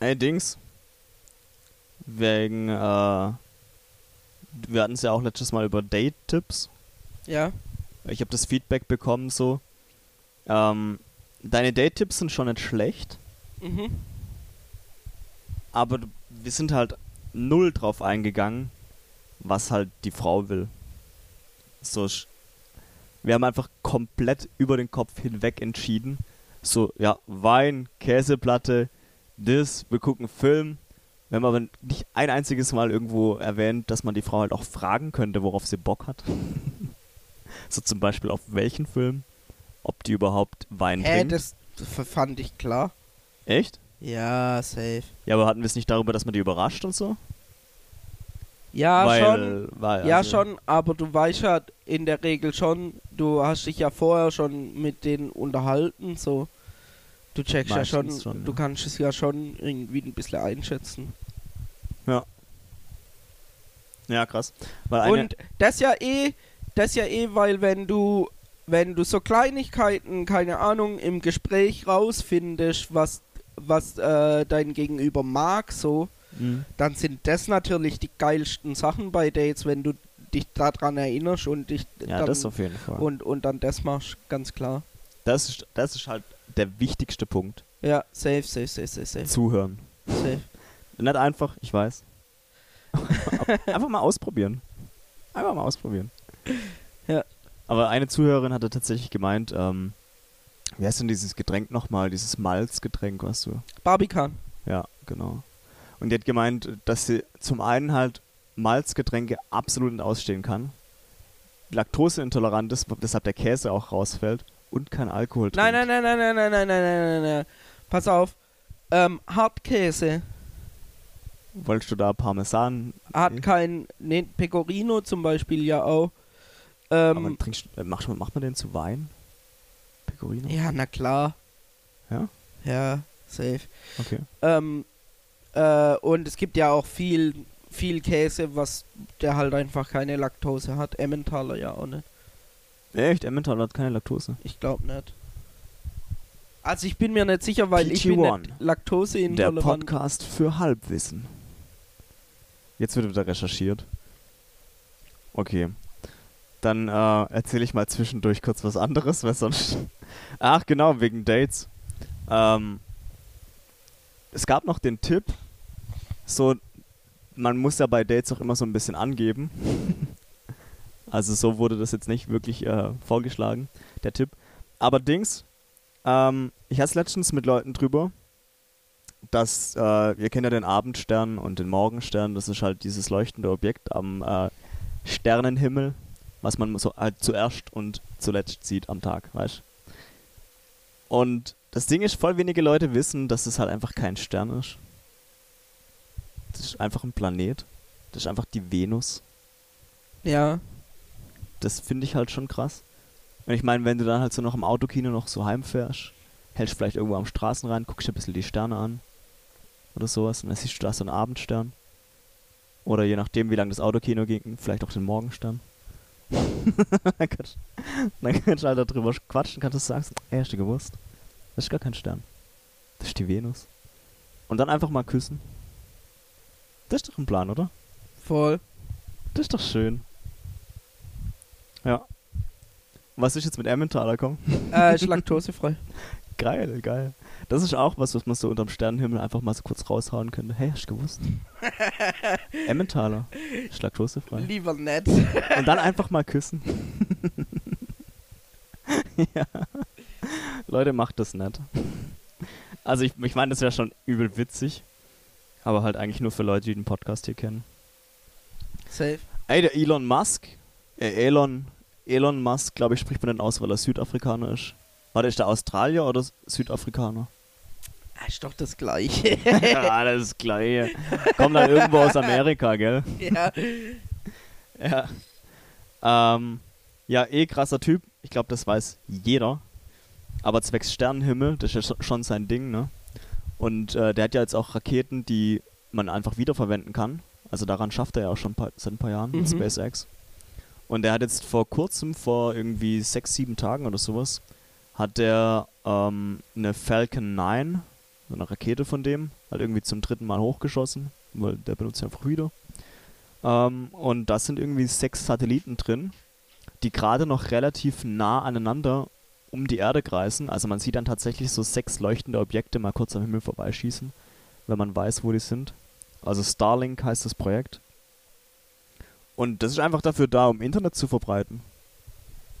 [SPEAKER 2] Ey, Dings. Wegen, äh... Wir hatten es ja auch letztes Mal über Date-Tipps.
[SPEAKER 1] Ja,
[SPEAKER 2] Ich habe das Feedback bekommen, so. Ähm, deine Date-Tipps sind schon nicht schlecht,
[SPEAKER 1] mhm.
[SPEAKER 2] aber du- wir sind halt null drauf eingegangen, was halt die Frau will. So, sch- wir haben einfach komplett über den Kopf hinweg entschieden. So, ja, Wein, Käseplatte, das, wir gucken Film. Wir haben aber nicht ein einziges Mal irgendwo erwähnt, dass man die Frau halt auch fragen könnte, worauf sie Bock hat. so zum Beispiel auf welchen Film, ob die überhaupt Wein
[SPEAKER 1] Hä,
[SPEAKER 2] trinkt.
[SPEAKER 1] das f- fand ich klar.
[SPEAKER 2] Echt?
[SPEAKER 1] Ja, safe.
[SPEAKER 2] Ja, aber hatten wir es nicht darüber, dass man die überrascht und so?
[SPEAKER 1] Ja,
[SPEAKER 2] Weil-
[SPEAKER 1] schon.
[SPEAKER 2] Weil,
[SPEAKER 1] Ja,
[SPEAKER 2] also-
[SPEAKER 1] schon, aber du weißt ja in der Regel schon, du hast dich ja vorher schon mit denen unterhalten, so. Du checkst ja schon,
[SPEAKER 2] Meistens schon,
[SPEAKER 1] du
[SPEAKER 2] ja.
[SPEAKER 1] kannst es ja schon irgendwie ein bisschen einschätzen.
[SPEAKER 2] Ja, krass. Weil eine,
[SPEAKER 1] Und das ja eh, das ja eh, weil wenn du, wenn du so Kleinigkeiten, keine Ahnung, im Gespräch rausfindest, was, was äh, dein Gegenüber mag, so,
[SPEAKER 2] Mhm.
[SPEAKER 1] dann sind das natürlich die geilsten Sachen bei Dates, wenn du dich daran erinnerst und dich
[SPEAKER 2] Ja,
[SPEAKER 1] dann
[SPEAKER 2] das auf jeden Fall.
[SPEAKER 1] und, und dann das machst, ganz klar.
[SPEAKER 2] das, ist, das ist halt der wichtigste Punkt.
[SPEAKER 1] Ja, safe, safe, safe, safe, safe.
[SPEAKER 2] Zuhören.
[SPEAKER 1] safe.
[SPEAKER 2] Nicht einfach, ich weiß. Einfach mal ausprobieren. Einfach mal ausprobieren.
[SPEAKER 1] Ja.
[SPEAKER 2] Aber eine Zuhörerin hatte tatsächlich gemeint, ähm, wie heißt denn dieses Getränk nochmal? Dieses Malzgetränk, weißt du?
[SPEAKER 1] Barbican.
[SPEAKER 2] Ja, genau. Und die hat gemeint, dass sie zum einen halt Malzgetränke absolut nicht ausstehen kann, laktoseintolerant ist, deshalb der Käse auch rausfällt und kein Alkohol trinkt.
[SPEAKER 1] Nein, nein, nein, nein, nein, nein, nein, nein, nein, nein, nein. Pass auf. Ähm, Hartkäse
[SPEAKER 2] Wolltest du da Parmesan?
[SPEAKER 1] hat
[SPEAKER 2] Nee.
[SPEAKER 1] kein. Nee, Pecorino zum Beispiel ja auch.
[SPEAKER 2] aber
[SPEAKER 1] Ähm,
[SPEAKER 2] trinkst, äh, macht, man- macht man den zu Wein? Pecorino?
[SPEAKER 1] ja, na klar.
[SPEAKER 2] Ja?
[SPEAKER 1] Ja, safe.
[SPEAKER 2] Okay.
[SPEAKER 1] Ähm, äh, und es gibt ja auch viel, viel Käse, was der halt einfach keine Laktose hat. Emmentaler ja auch nicht.
[SPEAKER 2] Echt? Emmentaler hat keine Laktose.
[SPEAKER 1] Ich glaube nicht. Also ich bin mir nicht sicher, weil ich bin
[SPEAKER 2] PG1,
[SPEAKER 1] nicht
[SPEAKER 2] Der
[SPEAKER 1] laktoseintolerant.
[SPEAKER 2] Podcast für Halbwissen. Jetzt wird wieder recherchiert. Okay. Dann äh, erzähle ich mal zwischendurch kurz was anderes, weil sonst. Ach, genau, wegen Dates. Ähm, es gab noch den Tipp, so, man muss ja bei Dates auch immer so ein bisschen angeben. also, so wurde das jetzt nicht wirklich äh, vorgeschlagen, der Tipp. Aber Dings, ähm, ich hatte letztens mit Leuten drüber, dass äh, ihr kennt ja den Abendstern und den Morgenstern, das ist halt dieses leuchtende Objekt am äh, Sternenhimmel, was man so halt zuerst und zuletzt sieht am Tag, weißt Und das Ding ist, voll wenige Leute wissen, dass es halt einfach kein Stern ist. Das ist einfach ein Planet. Das ist einfach die Venus.
[SPEAKER 1] Ja,
[SPEAKER 2] Das finde ich halt schon krass. Und ich meine, wenn du dann halt so noch im Autokino noch so heimfährst, hältst vielleicht irgendwo am Straßenrand, guckst dir ein bisschen die Sterne an oder sowas und dann siehst du da so einen Abendstern. Oder je nachdem, wie lange das Autokino ging, vielleicht auch den Morgenstern. dann, kannst, dann kannst du halt darüber quatschen, kannst du sagen, ey, hast du gewusst? Das ist gar kein Stern. Das ist die Venus. Und dann einfach mal küssen. Das ist doch ein Plan, oder?
[SPEAKER 1] voll.
[SPEAKER 2] Das ist doch schön. Ja. Was ist jetzt mit Emmentaler komm?
[SPEAKER 1] Äh, ist laktosefrei.
[SPEAKER 2] Geil, geil. Das ist auch was, was man so unterm Sternenhimmel einfach mal so kurz raushauen könnte. Hey, hast du gewusst? Emmentaler. Ist laktosefrei.
[SPEAKER 1] Lieber nett.
[SPEAKER 2] Und dann einfach mal küssen. ja. Leute, macht das nicht. Also ich, ich meine, das wäre schon übel witzig. Aber halt eigentlich nur für Leute, die den Podcast hier kennen.
[SPEAKER 1] Safe.
[SPEAKER 2] Ey, der Elon Musk. Äh, Elon. Elon Musk, glaube ich, spricht man den aus, weil er Südafrikaner ist. Warte, ist der Australier oder S- Südafrikaner?
[SPEAKER 1] Ah, Ist doch das gleiche.
[SPEAKER 2] ja, das ist gleich. Kommt dann irgendwo aus Amerika, gell?
[SPEAKER 1] ja.
[SPEAKER 2] Ja. Ähm, ja, eh krasser Typ. Ich glaube, das weiß jeder. Aber zwecks Sternenhimmel, das ist ja sch- schon sein Ding, ne? Und äh, der hat ja jetzt auch Raketen, die man einfach wiederverwenden kann. Also daran schafft er ja auch schon pa- seit ein paar Jahren mit
[SPEAKER 1] Mhm.
[SPEAKER 2] SpaceX. Und er hat jetzt vor kurzem, vor irgendwie sechs, sieben Tagen oder sowas, hat der ähm, eine Falcon 9, so eine Rakete von dem, halt irgendwie zum dritten Mal hochgeschossen, weil der benutzt ja einfach wieder. Ähm, und da sind irgendwie sechs Satelliten drin, die gerade noch relativ nah aneinander um die Erde kreisen. Also man sieht dann tatsächlich so sechs leuchtende Objekte mal kurz am Himmel vorbeischießen, wenn man weiß, wo die sind. Also Starlink heißt das Projekt. Und das ist einfach dafür da, um Internet zu verbreiten.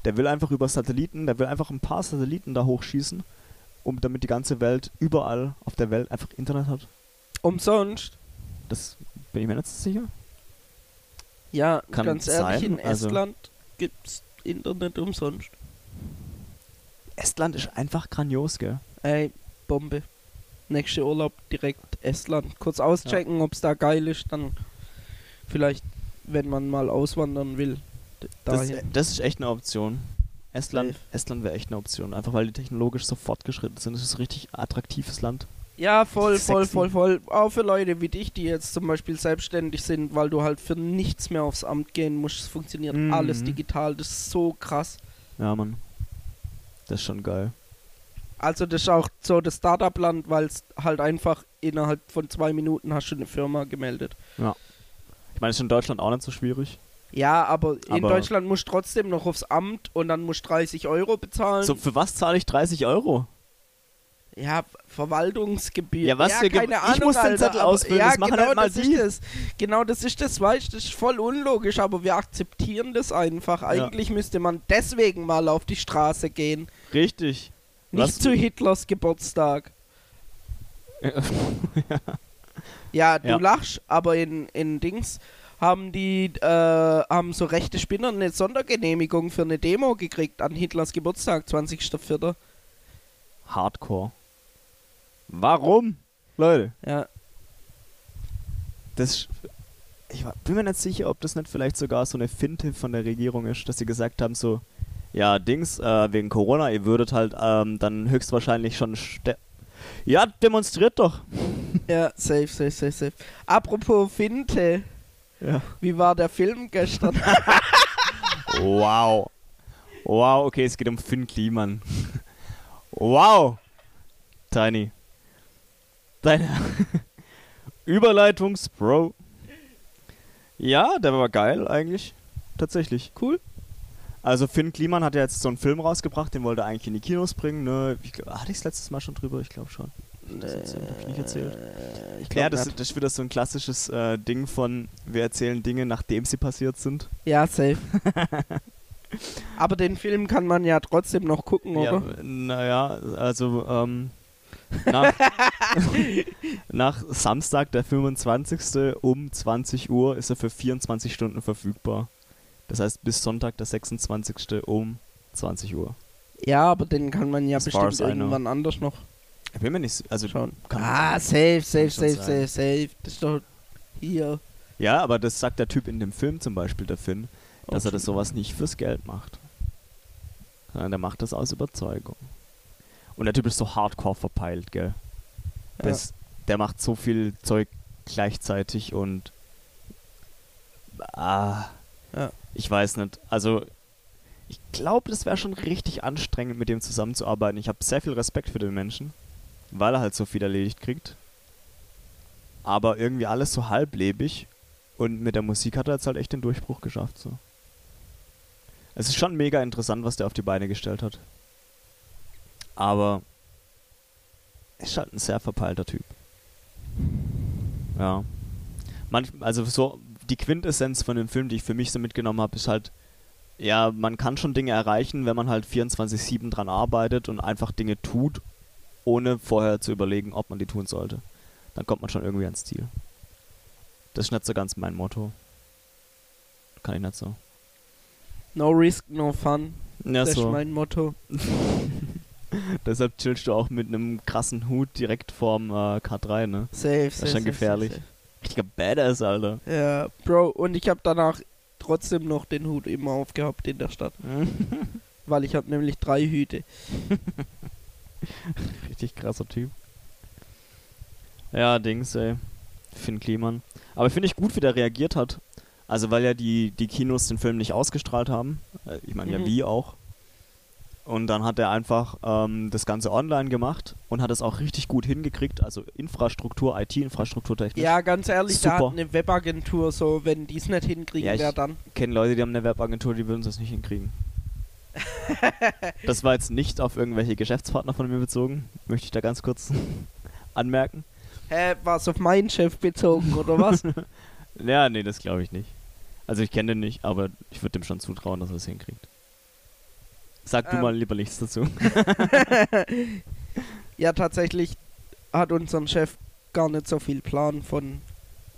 [SPEAKER 2] Der will einfach über Satelliten, der will einfach ein paar Satelliten da hochschießen, um damit die ganze Welt überall auf der Welt einfach Internet hat.
[SPEAKER 1] Umsonst.
[SPEAKER 2] Das bin ich mir nicht so sicher.
[SPEAKER 1] Ja,
[SPEAKER 2] Kann
[SPEAKER 1] ganz ehrlich,
[SPEAKER 2] sein,
[SPEAKER 1] in
[SPEAKER 2] also-
[SPEAKER 1] Estland gibt's Internet umsonst.
[SPEAKER 2] Estland ist einfach grandios, gell?
[SPEAKER 1] Ey, Bombe. Nächster Urlaub direkt Estland. Kurz auschecken, ob's da geil ist, dann vielleicht, wenn man mal auswandern will, d-
[SPEAKER 2] Das,
[SPEAKER 1] dahin.
[SPEAKER 2] das ist echt eine Option. Estland,
[SPEAKER 1] Safe.
[SPEAKER 2] Estland wäre echt eine Option, einfach weil die technologisch so fortgeschritten sind. Das ist ein richtig attraktives Land.
[SPEAKER 1] Ja, voll, voll,
[SPEAKER 2] Sexy.
[SPEAKER 1] voll, voll. Auch für Leute wie dich, die jetzt zum Beispiel selbstständig sind, weil du halt für nichts mehr aufs Amt gehen musst. Es funktioniert
[SPEAKER 2] Mhm.
[SPEAKER 1] alles digital. Das ist so krass.
[SPEAKER 2] Ja, Mann. Das ist schon geil.
[SPEAKER 1] Also das ist auch so das Startup-Land, weil es halt einfach innerhalb von zwei Minuten hast du eine Firma gemeldet.
[SPEAKER 2] Ich meine, ist in Deutschland auch nicht so schwierig.
[SPEAKER 1] Ja, aber in
[SPEAKER 2] Aber-
[SPEAKER 1] Deutschland musst du trotzdem noch aufs Amt und dann musst du 30 Euro bezahlen.
[SPEAKER 2] So, für was zahle ich 30 Euro?
[SPEAKER 1] Ja, Verwaltungsgebühr.
[SPEAKER 2] Ja, was für Ge-
[SPEAKER 1] keine
[SPEAKER 2] Ich
[SPEAKER 1] Ahnung,
[SPEAKER 2] muss den
[SPEAKER 1] Alter,
[SPEAKER 2] Zettel
[SPEAKER 1] aber-
[SPEAKER 2] ausfüllen,
[SPEAKER 1] ja,
[SPEAKER 2] das machen
[SPEAKER 1] genau
[SPEAKER 2] halt mal
[SPEAKER 1] das
[SPEAKER 2] die.
[SPEAKER 1] Ist das. Genau, das ist das, weißt du, das ist voll unlogisch, aber wir akzeptieren das einfach. Eigentlich müsste man deswegen mal auf die Straße gehen.
[SPEAKER 2] Richtig.
[SPEAKER 1] Nicht
[SPEAKER 2] Was-
[SPEAKER 1] zu Hitlers Geburtstag. Ja, du
[SPEAKER 2] Ja.
[SPEAKER 1] lachst, aber in, in Dings haben die, äh, haben so rechte Spinner eine Sondergenehmigung für eine Demo gekriegt an Hitlers Geburtstag, 20.04.
[SPEAKER 2] Hardcore. Warum? Leute,
[SPEAKER 1] Ja,
[SPEAKER 2] das ist, ich wa- bin mir nicht sicher, ob das nicht vielleicht sogar so eine Finte von der Regierung ist, dass sie gesagt haben so, ja, Dings, äh, wegen Corona, ihr würdet halt ähm, dann höchstwahrscheinlich schon... ste- Ja, demonstriert doch.
[SPEAKER 1] ja, safe, safe, safe, safe. Apropos Finte.
[SPEAKER 2] Ja.
[SPEAKER 1] Wie war der Film gestern?
[SPEAKER 2] Wow. Wow, okay, es geht um Finn Kliman. Wow. Tiny. Deine Überleitungsbro. Ja, der war geil eigentlich. Tatsächlich.
[SPEAKER 1] Cool.
[SPEAKER 2] Also Finn Kliman hat ja jetzt so einen Film rausgebracht, den wollte er eigentlich in die Kinos bringen. Ne? Ich glaub, hatte ich es letztes Mal schon drüber? Ich glaube schon. Das hat's ja noch nicht erzählt.
[SPEAKER 1] Äh, ich glaub
[SPEAKER 2] Ja, das,
[SPEAKER 1] nicht.
[SPEAKER 2] das ist wieder so ein klassisches äh, Ding von, wir erzählen Dinge, nachdem sie passiert sind.
[SPEAKER 1] ja, safe. Aber den Film kann man ja trotzdem noch gucken,
[SPEAKER 2] Ja,
[SPEAKER 1] oder?
[SPEAKER 2] naja, also ähm, nach, nach Samstag, der 25. um 20 Uhr ist er für 24 Stunden verfügbar. Das heißt bis Sonntag, der 26. um 20 Uhr.
[SPEAKER 1] Ja, aber den kann man ja
[SPEAKER 2] As far
[SPEAKER 1] bestimmt
[SPEAKER 2] as I know.
[SPEAKER 1] irgendwann anders noch
[SPEAKER 2] Ich bin mir nicht, also
[SPEAKER 1] schauen.
[SPEAKER 2] kann man
[SPEAKER 1] ah, safe, safe,
[SPEAKER 2] Kann schon
[SPEAKER 1] safe,
[SPEAKER 2] sein.
[SPEAKER 1] safe, safe. Das ist doch hier.
[SPEAKER 2] Ja, aber das sagt der Typ in dem Film zum Beispiel, der Finn, dass er
[SPEAKER 1] Okay.
[SPEAKER 2] das sowas nicht fürs Geld macht. Sondern der macht das aus Überzeugung. Und der Typ ist so hardcore verpeilt, gell?
[SPEAKER 1] Ja.
[SPEAKER 2] Das, Der macht so viel Zeug gleichzeitig und. Ah.
[SPEAKER 1] Ja.
[SPEAKER 2] Ich weiß nicht. Also, ich glaube, das wäre schon richtig anstrengend, mit dem zusammenzuarbeiten. Ich habe sehr viel Respekt für den Menschen, weil er halt so viel erledigt kriegt. Aber irgendwie alles so halblebig. Und mit der Musik hat er jetzt halt echt den Durchbruch geschafft. So. Es ist schon mega interessant, was der auf die Beine gestellt hat. Aber ist halt ein sehr verpeilter Typ. Ja. Manch, also so die Quintessenz von dem Film, die ich für mich so mitgenommen habe, ist halt, ja, man kann schon Dinge erreichen, wenn man halt 24-7 dran arbeitet und einfach Dinge tut, ohne vorher zu überlegen, ob man die tun sollte. Dann kommt man schon irgendwie ans Ziel. Das ist nicht so ganz mein Motto. Kann ich nicht so.
[SPEAKER 1] No risk, no fun.
[SPEAKER 2] Ja,
[SPEAKER 1] das ist
[SPEAKER 2] so.
[SPEAKER 1] mein Motto.
[SPEAKER 2] Deshalb chillst du auch mit einem krassen Hut direkt vorm äh, K3, ne?
[SPEAKER 1] Safe, safe.
[SPEAKER 2] schon
[SPEAKER 1] safe,
[SPEAKER 2] gefährlich.
[SPEAKER 1] Safe,
[SPEAKER 2] Richtiger Badass, Alter.
[SPEAKER 1] safe. Ja, Bro, und ich habe danach trotzdem noch den Hut immer aufgehabt in der Stadt. Weil ich habe nämlich drei Hüte.
[SPEAKER 2] Richtig krasser Typ. Ja, Dings, ey. Finn Kliman. Aber finde ich gut, wie der reagiert hat. Also, weil ja die, die Kinos den Film nicht ausgestrahlt haben. Äh, Ich meine, ja,
[SPEAKER 1] Mhm.
[SPEAKER 2] wie auch. Und dann hat er einfach ähm, das Ganze online gemacht und hat es auch richtig gut hingekriegt. Also Infrastruktur, IT-Infrastruktur technisch.
[SPEAKER 1] Ja, ganz ehrlich, da
[SPEAKER 2] Super.
[SPEAKER 1] hat eine Webagentur so, wenn die es nicht hinkriegen,
[SPEAKER 2] Ja, ich-
[SPEAKER 1] wer dann?
[SPEAKER 2] kennen Leute, die haben eine Webagentur, die würden das nicht hinkriegen. das war jetzt nicht auf irgendwelche Geschäftspartner von mir bezogen, möchte ich da ganz kurz anmerken.
[SPEAKER 1] Hä, war's auf meinen Chef bezogen, oder was?
[SPEAKER 2] Ja, nee, das glaube ich nicht. Also ich kenne den nicht, aber ich würde dem schon zutrauen, dass er das hinkriegt. Sag du
[SPEAKER 1] Ähm.
[SPEAKER 2] mal lieber nichts dazu.
[SPEAKER 1] ja, tatsächlich hat unser Chef gar nicht so viel Plan von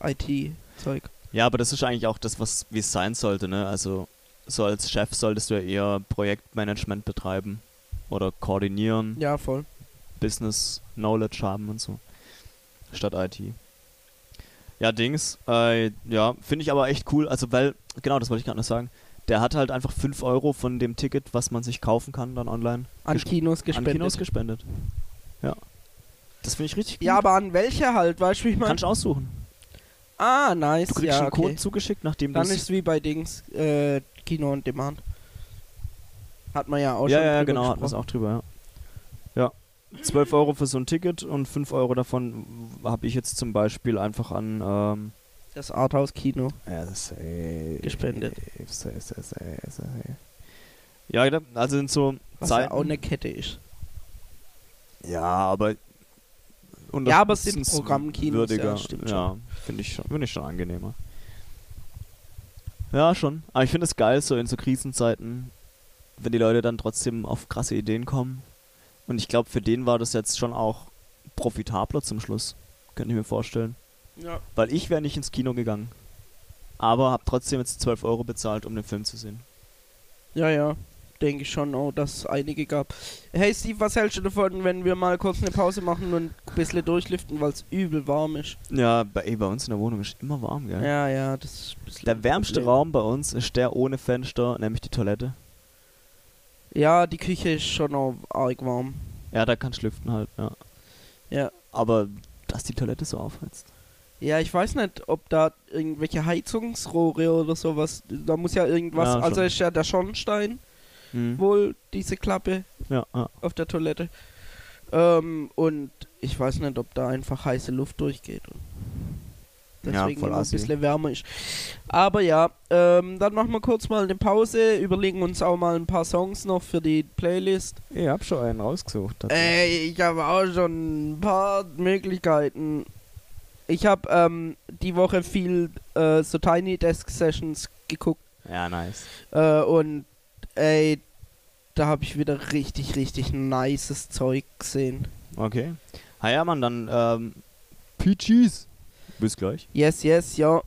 [SPEAKER 1] IT-Zeug.
[SPEAKER 2] Ja, aber das ist eigentlich auch das, was wie es sein sollte, ne? Also so als Chef solltest du ja eher Projektmanagement betreiben oder koordinieren.
[SPEAKER 1] Ja, voll.
[SPEAKER 2] Business Knowledge haben und so. Statt IT. Ja, Dings, äh, ja, finde ich aber echt cool. Also, weil, genau, das wollte ich gerade noch sagen. Der hat halt einfach 5 Euro von dem Ticket, was man sich kaufen kann, dann online
[SPEAKER 1] An
[SPEAKER 2] Gesch-
[SPEAKER 1] Kinos gespendet.
[SPEAKER 2] an Kinos gespendet. Ja. Das finde ich richtig gut.
[SPEAKER 1] ja, aber an welche halt, weißt du, wie ich meine?
[SPEAKER 2] Kannst aussuchen.
[SPEAKER 1] Ah, nice.
[SPEAKER 2] Du kriegst
[SPEAKER 1] ja,
[SPEAKER 2] einen Code
[SPEAKER 1] okay.
[SPEAKER 2] zugeschickt, nachdem du
[SPEAKER 1] Dann ist wie bei Dings, äh, Kino on Demand. Hat man ja auch
[SPEAKER 2] ja,
[SPEAKER 1] schon
[SPEAKER 2] ja, ja,
[SPEAKER 1] drüber
[SPEAKER 2] genau, hatten wir es
[SPEAKER 1] gesprochen.
[SPEAKER 2] auch drüber, ja. Ja. 12 Euro für so ein Ticket und 5 Euro davon habe ich jetzt zum Beispiel einfach an ähm,
[SPEAKER 1] Das Arthouse-Kino.
[SPEAKER 2] Ja, das ist äh,
[SPEAKER 1] Gespendet.
[SPEAKER 2] Ja, da- also sind so
[SPEAKER 1] Was ja
[SPEAKER 2] Zeiten.
[SPEAKER 1] auch eine Kette ist.
[SPEAKER 2] ja, aber unter-
[SPEAKER 1] Ja, aber es sind
[SPEAKER 2] sind's
[SPEAKER 1] Programmkinos,
[SPEAKER 2] würdiger.
[SPEAKER 1] ja, das stimmt
[SPEAKER 2] Ja, finde ich schon, finde ich schon angenehmer. Ja, schon. Aber ich finde es geil, so in so Krisenzeiten, wenn die Leute dann trotzdem auf krasse Ideen kommen. Und ich glaube, für den war das jetzt schon auch profitabler zum Schluss. Könnte ich mir vorstellen.
[SPEAKER 1] Ja.
[SPEAKER 2] Weil ich wäre nicht ins Kino gegangen. Aber habe trotzdem jetzt 12 Euro bezahlt, um den Film zu sehen.
[SPEAKER 1] Ja, ja. Denke ich schon auch, dass es einige gab. Hey Steve, was hältst du davon, wenn wir mal kurz eine Pause machen und ein bisschen durchlüften, weil es übel warm ist?
[SPEAKER 2] Ja, bei, ey, bei uns in der Wohnung ist immer warm, gell?
[SPEAKER 1] Ja, ja, das ist ein bisschen
[SPEAKER 2] Der
[SPEAKER 1] ein
[SPEAKER 2] wärmste
[SPEAKER 1] Problem.
[SPEAKER 2] Raum bei uns ist der ohne Fenster, nämlich die Toilette.
[SPEAKER 1] Ja, die Küche ist schon auch arg warm.
[SPEAKER 2] Ja, da kannst du lüften halt, ja.
[SPEAKER 1] Ja.
[SPEAKER 2] Aber dass die Toilette so aufheizt.
[SPEAKER 1] Ja, ich weiß nicht, ob da irgendwelche Heizungsrohre oder sowas. Da muss ja irgendwas.
[SPEAKER 2] Ja,
[SPEAKER 1] also
[SPEAKER 2] schon.
[SPEAKER 1] ist ja der Schornstein
[SPEAKER 2] Mhm.
[SPEAKER 1] wohl diese Klappe
[SPEAKER 2] Ja, ja.
[SPEAKER 1] auf der Toilette. Ähm, und ich weiß nicht, ob da einfach heiße Luft durchgeht. Und
[SPEAKER 2] Ja,
[SPEAKER 1] deswegen
[SPEAKER 2] voll
[SPEAKER 1] immer ein
[SPEAKER 2] assi.
[SPEAKER 1] bisschen wärmer ist. Aber ja, ähm, dann machen wir kurz mal eine Pause, überlegen uns auch mal ein paar Songs noch für die Playlist.
[SPEAKER 2] Ich hab schon einen rausgesucht.
[SPEAKER 1] Ey, ich habe auch schon ein paar Möglichkeiten. Ich habe ähm, die Woche viel äh, so Tiny Desk Sessions geguckt
[SPEAKER 2] Ja, nice.
[SPEAKER 1] äh, und ey, da habe ich wieder richtig, richtig nices Zeug gesehen.
[SPEAKER 2] Okay. Ah ja, Mann, dann ähm, Peaches. Bis gleich.
[SPEAKER 1] Yes, yes, ja.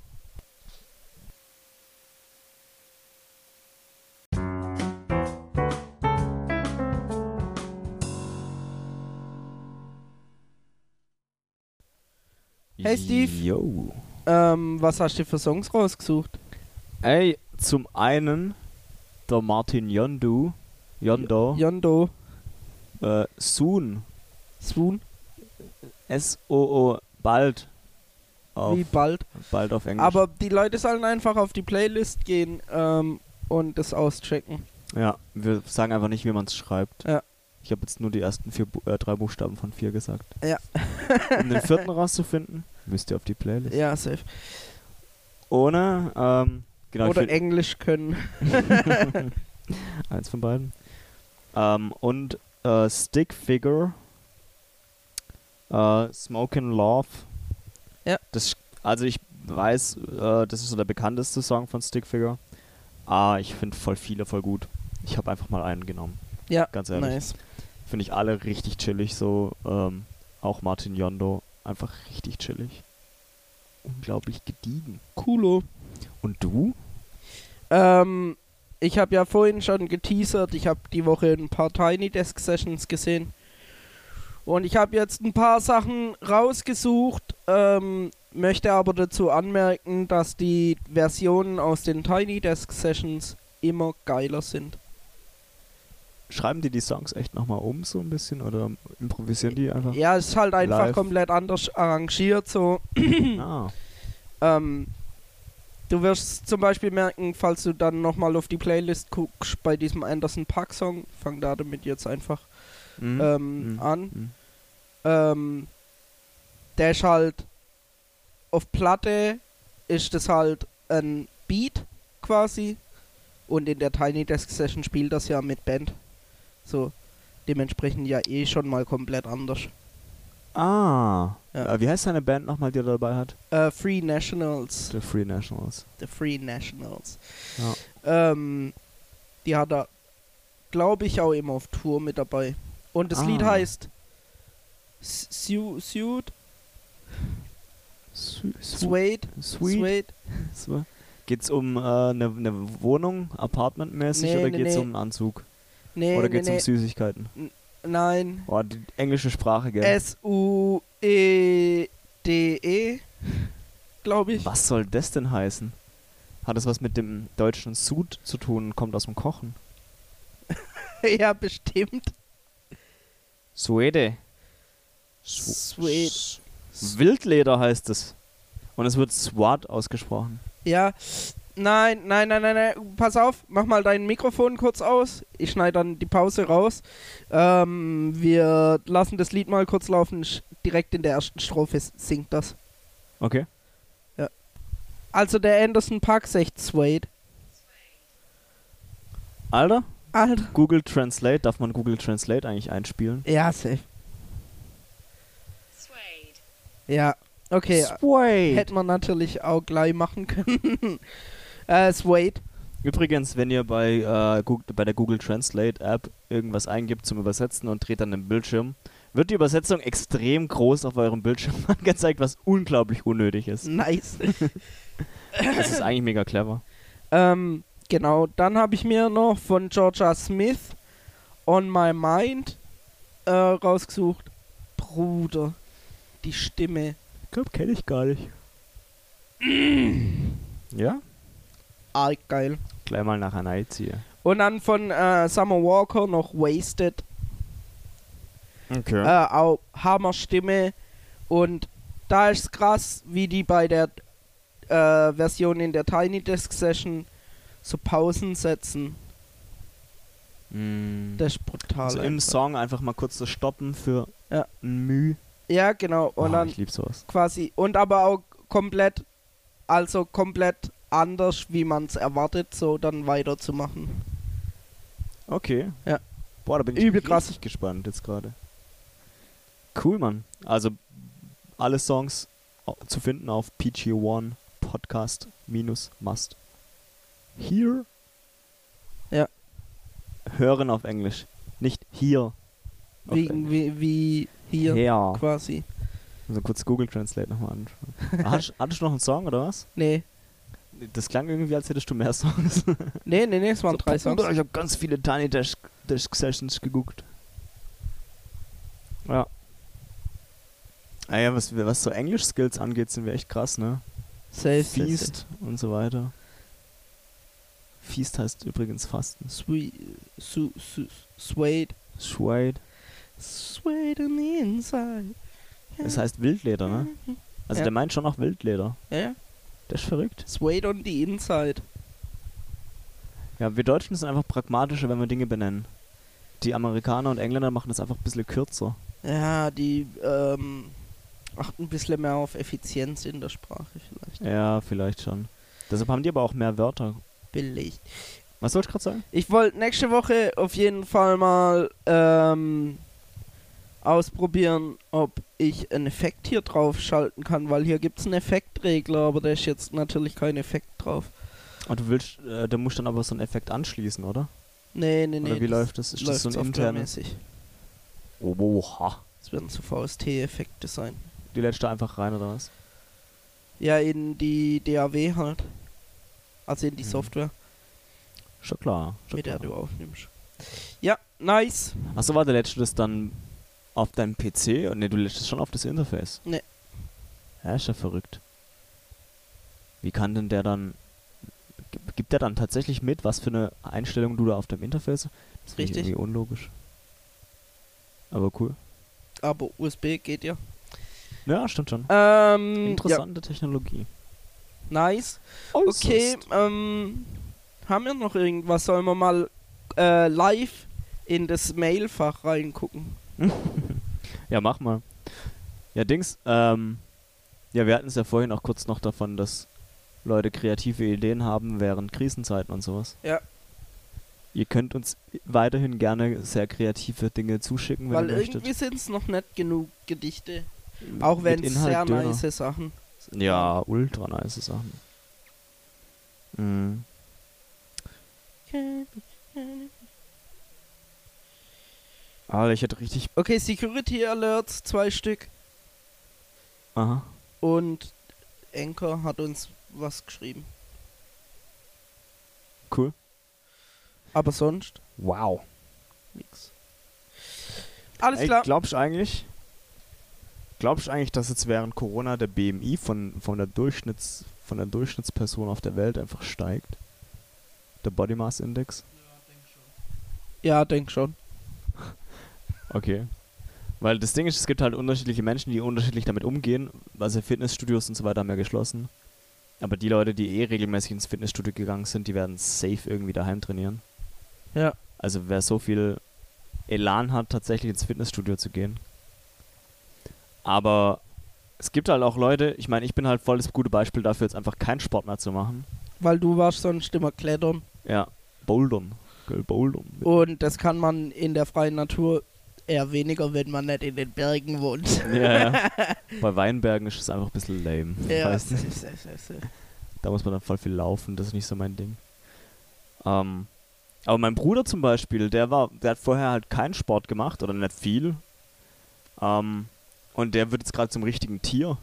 [SPEAKER 1] Hey, Steve.
[SPEAKER 2] Yo.
[SPEAKER 1] Ähm, was hast du für Songs rausgesucht?
[SPEAKER 2] Ey, zum einen der Martin Yondu. Yondo.
[SPEAKER 1] Yondo,
[SPEAKER 2] Äh, soon.
[SPEAKER 1] Swoon,
[SPEAKER 2] S-O-O. Bald. Auf,
[SPEAKER 1] wie bald.
[SPEAKER 2] bald auf Englisch.
[SPEAKER 1] Aber die Leute sollen einfach auf die Playlist gehen ähm, und das auschecken.
[SPEAKER 2] Ja, wir sagen einfach nicht, wie man es schreibt.
[SPEAKER 1] Ja.
[SPEAKER 2] Ich habe jetzt nur die ersten vier, Bu- äh, drei Buchstaben von vier gesagt.
[SPEAKER 1] Ja.
[SPEAKER 2] um den vierten rauszufinden, müsst ihr auf die Playlist.
[SPEAKER 1] Ja, safe.
[SPEAKER 2] Ohne, ähm, genau, ich
[SPEAKER 1] Oder
[SPEAKER 2] will-
[SPEAKER 1] Englisch können.
[SPEAKER 2] eins von beiden. Ähm, und äh, Stick Figure, äh, Smokin' Love.
[SPEAKER 1] Ja.
[SPEAKER 2] Das, also ich weiß, äh, das ist so der bekannteste Song von Stick Figure. Ah, ich finde voll viele voll gut. Ich habe einfach mal einen genommen.
[SPEAKER 1] Ja,
[SPEAKER 2] Ganz ehrlich.
[SPEAKER 1] nice.
[SPEAKER 2] Finde ich alle richtig chillig, so ähm, auch Martin Yondo, einfach richtig chillig. Unglaublich gediegen.
[SPEAKER 1] Coolo.
[SPEAKER 2] Und du?
[SPEAKER 1] Ähm, ich habe ja vorhin schon geteasert, ich habe die Woche ein paar Tiny Desk Sessions gesehen. Und ich habe jetzt ein paar Sachen rausgesucht, ähm, möchte aber dazu anmerken, dass die Versionen aus den Tiny Desk Sessions immer geiler sind.
[SPEAKER 2] Schreiben die die Songs echt nochmal um so ein bisschen oder improvisieren die einfach?
[SPEAKER 1] Ja, es ist halt einfach
[SPEAKER 2] Live.
[SPEAKER 1] komplett anders arrangiert so.
[SPEAKER 2] Ah,
[SPEAKER 1] Ähm, du wirst zum Beispiel merken, falls du dann nochmal auf die Playlist guckst, bei diesem Anderson Park Song, fang da damit jetzt einfach
[SPEAKER 2] mhm.
[SPEAKER 1] ähm,
[SPEAKER 2] Mhm.
[SPEAKER 1] an.
[SPEAKER 2] Mhm.
[SPEAKER 1] Ähm, der ist halt auf Platte ist das halt ein Beat quasi und in der Tiny Desk Session spielt das ja mit Band. So dementsprechend ja eh schon mal komplett anders.
[SPEAKER 2] Ah.
[SPEAKER 1] Ja.
[SPEAKER 2] Äh, wie heißt deine Band nochmal, die er dabei hat?
[SPEAKER 1] Äh, Free Nationals.
[SPEAKER 2] The Free Nationals.
[SPEAKER 1] The Free Nationals. Ähm, die hat er, glaube ich, auch immer auf Tour mit dabei. Und das
[SPEAKER 2] Ah.
[SPEAKER 1] Lied heißt S- Su- Suit,
[SPEAKER 2] Sweet. Sweet.
[SPEAKER 1] Suede, Suede.
[SPEAKER 2] Swe- Geht's um eine äh, ne- ne Wohnung, apartmentmäßig
[SPEAKER 1] Nee,
[SPEAKER 2] oder
[SPEAKER 1] nee,
[SPEAKER 2] geht's
[SPEAKER 1] nee.
[SPEAKER 2] um einen Anzug?
[SPEAKER 1] Nee,
[SPEAKER 2] oder
[SPEAKER 1] nee,
[SPEAKER 2] geht's
[SPEAKER 1] nee.
[SPEAKER 2] um Süßigkeiten?
[SPEAKER 1] Nein.
[SPEAKER 2] Oh, die englische Sprache, gell?
[SPEAKER 1] S-U-E-D-E, E glaube ich.
[SPEAKER 2] Was soll das denn heißen? Hat das was mit dem deutschen Sud zu tun und kommt aus dem Kochen?
[SPEAKER 1] ja, bestimmt.
[SPEAKER 2] Suede.
[SPEAKER 1] Suede.
[SPEAKER 2] Wildleder heißt es. Und es wird Swat ausgesprochen.
[SPEAKER 1] Ja. Nein, nein, nein, nein, nein. Pass auf, mach mal dein Mikrofon kurz aus. Ich schneide dann die Pause raus. Ähm, wir lassen das Lied mal kurz laufen. Sch- Direkt in der ersten Strophe s- singt das.
[SPEAKER 2] Okay.
[SPEAKER 1] Also der Anderson Park sagt Suede.
[SPEAKER 2] Alter,
[SPEAKER 1] Alter.
[SPEAKER 2] Google Translate, darf man Google Translate eigentlich einspielen?
[SPEAKER 1] Ja, safe.
[SPEAKER 3] Suede.
[SPEAKER 1] Ja. Okay.
[SPEAKER 2] Suede.
[SPEAKER 1] Hätte man natürlich auch gleich machen können. äh, Suede.
[SPEAKER 2] Übrigens, wenn ihr bei, äh, Goog- bei der Google Translate App irgendwas eingibt zum Übersetzen und dreht dann den Bildschirm, wird die Übersetzung extrem groß auf eurem Bildschirm angezeigt, was unglaublich unnötig ist.
[SPEAKER 1] Nice.
[SPEAKER 2] Das ist eigentlich mega clever.
[SPEAKER 1] Ähm, genau, dann habe ich mir noch von Georgia Smith On My Mind äh, rausgesucht. Bruder, die Stimme.
[SPEAKER 2] Ich glaube, kenne ich gar nicht. ja?
[SPEAKER 1] Arg geil.
[SPEAKER 2] Gleich mal nach Hanai ziehe.
[SPEAKER 1] Und dann von äh, Summer Walker noch Wasted.
[SPEAKER 2] Okay.
[SPEAKER 1] Äh, auch Hammerstimme. Und da ist krass, wie die bei der äh, Version in der Tiny Desk Session so Pausen setzen.
[SPEAKER 2] Mm.
[SPEAKER 1] Das ist brutal.
[SPEAKER 2] Also im
[SPEAKER 1] einfach.
[SPEAKER 2] Song einfach mal kurz das Stoppen für
[SPEAKER 1] Ja.
[SPEAKER 2] ein Müh.
[SPEAKER 1] Ja, genau. Und
[SPEAKER 2] Ah,
[SPEAKER 1] dann
[SPEAKER 2] ich liebe sowas.
[SPEAKER 1] quasi und aber auch komplett, also komplett anders, wie man es erwartet, so dann weiterzumachen.
[SPEAKER 2] Okay.
[SPEAKER 1] Ja.
[SPEAKER 2] Boah, da bin ich
[SPEAKER 1] Übel
[SPEAKER 2] richtig
[SPEAKER 1] krass.
[SPEAKER 2] gespannt jetzt gerade. Cool, Mann. Also alle Songs au- zu finden auf PG1 Podcast minus Must. Here.
[SPEAKER 1] Ja.
[SPEAKER 2] Hören auf Englisch. Nicht hier. auf
[SPEAKER 1] Wie,
[SPEAKER 2] Englisch.
[SPEAKER 1] wie, wie hier
[SPEAKER 2] Her.
[SPEAKER 1] quasi.
[SPEAKER 2] Also kurz Google Translate nochmal an. hattest, hattest du noch einen Song oder was?
[SPEAKER 1] Nee.
[SPEAKER 2] Das klang irgendwie, als hättest du mehr Songs.
[SPEAKER 1] Nee, nee, nee, es waren
[SPEAKER 2] So,
[SPEAKER 1] drei Songs.
[SPEAKER 2] Bruder, ich habe ganz viele Tiny Desk, Desk Sessions geguckt. Ja. Ah ja, was, was so Englisch-Skills angeht, sind wir echt krass, ne?
[SPEAKER 1] Safe, safe, safe.
[SPEAKER 2] Feast und so weiter. Feast heißt übrigens Fasten.
[SPEAKER 1] Sweet, su, su, suede.
[SPEAKER 2] Schweid.
[SPEAKER 1] Suede on the inside.
[SPEAKER 2] Das heißt Wildleder, ne? Also
[SPEAKER 1] Ja.
[SPEAKER 2] der meint schon auch Wildleder.
[SPEAKER 1] Ja,
[SPEAKER 2] Der ist verrückt.
[SPEAKER 1] suede on the inside.
[SPEAKER 2] Ja, wir Deutschen sind einfach pragmatischer, wenn wir Dinge benennen. Die Amerikaner und Engländer machen das einfach ein bisschen kürzer.
[SPEAKER 1] Ja, die ähm, achten ein bisschen mehr auf Effizienz in der Sprache vielleicht.
[SPEAKER 2] Ja, vielleicht schon. Deshalb haben die aber auch mehr Wörter.
[SPEAKER 1] Billig.
[SPEAKER 2] Was wollte ich gerade sagen?
[SPEAKER 1] Ich wollte nächste Woche auf jeden Fall mal ähm, ausprobieren, ob ich einen Effekt hier drauf schalten kann, weil hier gibt es einen Effektregler, aber da ist jetzt natürlich kein Effekt drauf.
[SPEAKER 2] Und du willst, äh, du musst dann aber so einen Effekt anschließen, oder?
[SPEAKER 1] Nee, nee, nee.
[SPEAKER 2] oder wie
[SPEAKER 1] das
[SPEAKER 2] läuft das? Ist das so ein internes?
[SPEAKER 1] softwaremäßig.
[SPEAKER 2] Oha.
[SPEAKER 1] Das werden so VST-Effekte sein.
[SPEAKER 2] Die lädst du einfach rein, oder was?
[SPEAKER 1] Ja, in die DAW halt. Also in die
[SPEAKER 2] Mhm.
[SPEAKER 1] Software,
[SPEAKER 2] Schon klar. Schon
[SPEAKER 1] mit der
[SPEAKER 2] klar.
[SPEAKER 1] du aufnimmst. Ja, nice.
[SPEAKER 2] Achso, warte, lädst du das dann auf deinem PC? Und ne, du lädst das schon auf das Interface.
[SPEAKER 1] Nee.
[SPEAKER 2] Ja, ist ja verrückt. Wie kann denn der dann. gib- Gibt der dann tatsächlich mit, was für eine Einstellung du da auf deinem Interface? Das finde ich
[SPEAKER 1] Richtig.
[SPEAKER 2] irgendwie unlogisch. Aber cool.
[SPEAKER 1] Aber USB geht ja.
[SPEAKER 2] Ja, stimmt schon.
[SPEAKER 1] Ähm, ja,
[SPEAKER 2] Interessante Technologie.
[SPEAKER 1] nice. Okay, ähm, haben wir noch irgendwas? Sollen wir mal äh, live in das Mailfach reingucken?
[SPEAKER 2] Ja, mach mal. Ja, Dings, ähm, ja, wir hatten es ja vorhin auch kurz noch davon, dass Leute kreative Ideen haben während Krisenzeiten und sowas.
[SPEAKER 1] Ja.
[SPEAKER 2] Ihr könnt uns weiterhin gerne sehr kreative Dinge zuschicken, wenn
[SPEAKER 1] Weil
[SPEAKER 2] ihr möchtet.
[SPEAKER 1] irgendwie sind es noch nicht genug Gedichte. Auch wenn es sehr
[SPEAKER 2] Döner.
[SPEAKER 1] nice Sachen.
[SPEAKER 2] Ja, ultra nice Sachen. Mhm. Alter, Ah, ich hätte richtig.
[SPEAKER 1] Okay, Security Alerts, zwei Stück.
[SPEAKER 2] Aha.
[SPEAKER 1] Und Anchor hat uns was geschrieben.
[SPEAKER 2] Cool.
[SPEAKER 1] Aber sonst
[SPEAKER 2] Wow.
[SPEAKER 1] nix. Alles
[SPEAKER 2] Ey,
[SPEAKER 1] klar.
[SPEAKER 2] glaubst du eigentlich, glaubst du eigentlich, dass jetzt während Corona der BMI von, von, der Durchschnitts, von der Durchschnittsperson auf der Welt einfach steigt? Der Body Mass Index?
[SPEAKER 1] Ja, denk schon.
[SPEAKER 2] Okay. Weil das Ding ist, es gibt halt unterschiedliche Menschen, die unterschiedlich damit umgehen. Also Fitnessstudios und so weiter haben ja geschlossen. Aber die Leute, die eh regelmäßig ins Fitnessstudio gegangen sind, die werden safe irgendwie daheim trainieren.
[SPEAKER 1] Ja.
[SPEAKER 2] Also wer so viel Elan hat, tatsächlich ins Fitnessstudio zu gehen. Aber es gibt halt auch Leute, ich meine, ich bin halt voll das gute Beispiel dafür, jetzt einfach keinen Sport mehr zu machen.
[SPEAKER 1] Weil du warst sonst immer klettern.
[SPEAKER 2] Ja, Bouldern. Gell, Bouldern.
[SPEAKER 1] Und das kann man in der freien Natur eher weniger, wenn man nicht in den Bergen wohnt.
[SPEAKER 2] Ja, ja. Bei Weinbergen ist es einfach ein bisschen lame.
[SPEAKER 1] ja,
[SPEAKER 2] Weißt du?
[SPEAKER 1] safe, safe, safe, safe.
[SPEAKER 2] Da muss man dann voll viel laufen, das ist nicht so mein Ding. Ähm, aber mein Bruder zum Beispiel, der war, der hat vorher halt keinen Sport gemacht oder nicht viel. Ähm, und der wird jetzt gerade zum richtigen Tier,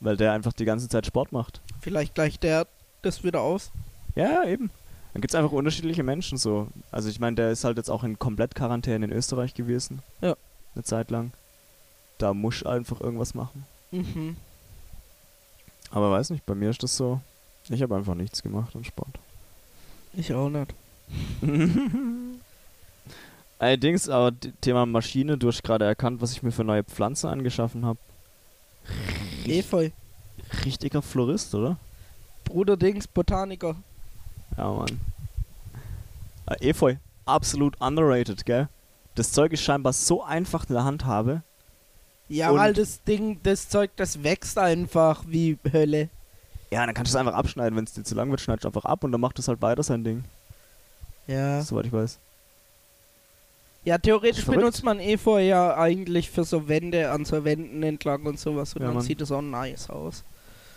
[SPEAKER 2] weil der einfach die ganze Zeit Sport macht.
[SPEAKER 1] Vielleicht gleich der das wieder aus.
[SPEAKER 2] Ja, ja, eben. Dann gibt es einfach unterschiedliche Menschen so. Also ich meine, der ist halt jetzt auch in Komplett-Quarantäne in Österreich gewesen.
[SPEAKER 1] Ja.
[SPEAKER 2] Eine Zeit lang. Da muss einfach irgendwas machen.
[SPEAKER 1] Mhm.
[SPEAKER 2] Aber weiß nicht, bei mir ist das so. Ich habe einfach nichts gemacht an Sport.
[SPEAKER 1] Ich auch nicht.
[SPEAKER 2] Allerdings, aber d- Thema Maschine, du hast gerade erkannt, was ich mir für neue Pflanzen angeschaffen habe.
[SPEAKER 1] Efeu.
[SPEAKER 2] Richtiger Florist, oder?
[SPEAKER 1] Bruder Dings, Botaniker.
[SPEAKER 2] Ja, Mann. Äh, Efeu. absolut underrated, gell? Das Zeug ist scheinbar so einfach in der Handhabe.
[SPEAKER 1] Ja,
[SPEAKER 2] Und-
[SPEAKER 1] weil das Ding, das Zeug, das wächst einfach wie Hölle.
[SPEAKER 2] Ja, dann kannst du es einfach abschneiden. Wenn es dir zu lang wird, schneidest du einfach ab und dann macht es halt weiter sein Ding.
[SPEAKER 1] Ja.
[SPEAKER 2] Soweit ich weiß.
[SPEAKER 1] Ja, theoretisch
[SPEAKER 2] Verrückt.
[SPEAKER 1] benutzt man Efeu ja eigentlich für so Wände an so Wänden entlang und sowas und
[SPEAKER 2] Ja,
[SPEAKER 1] dann
[SPEAKER 2] Mann.
[SPEAKER 1] sieht es auch nice aus.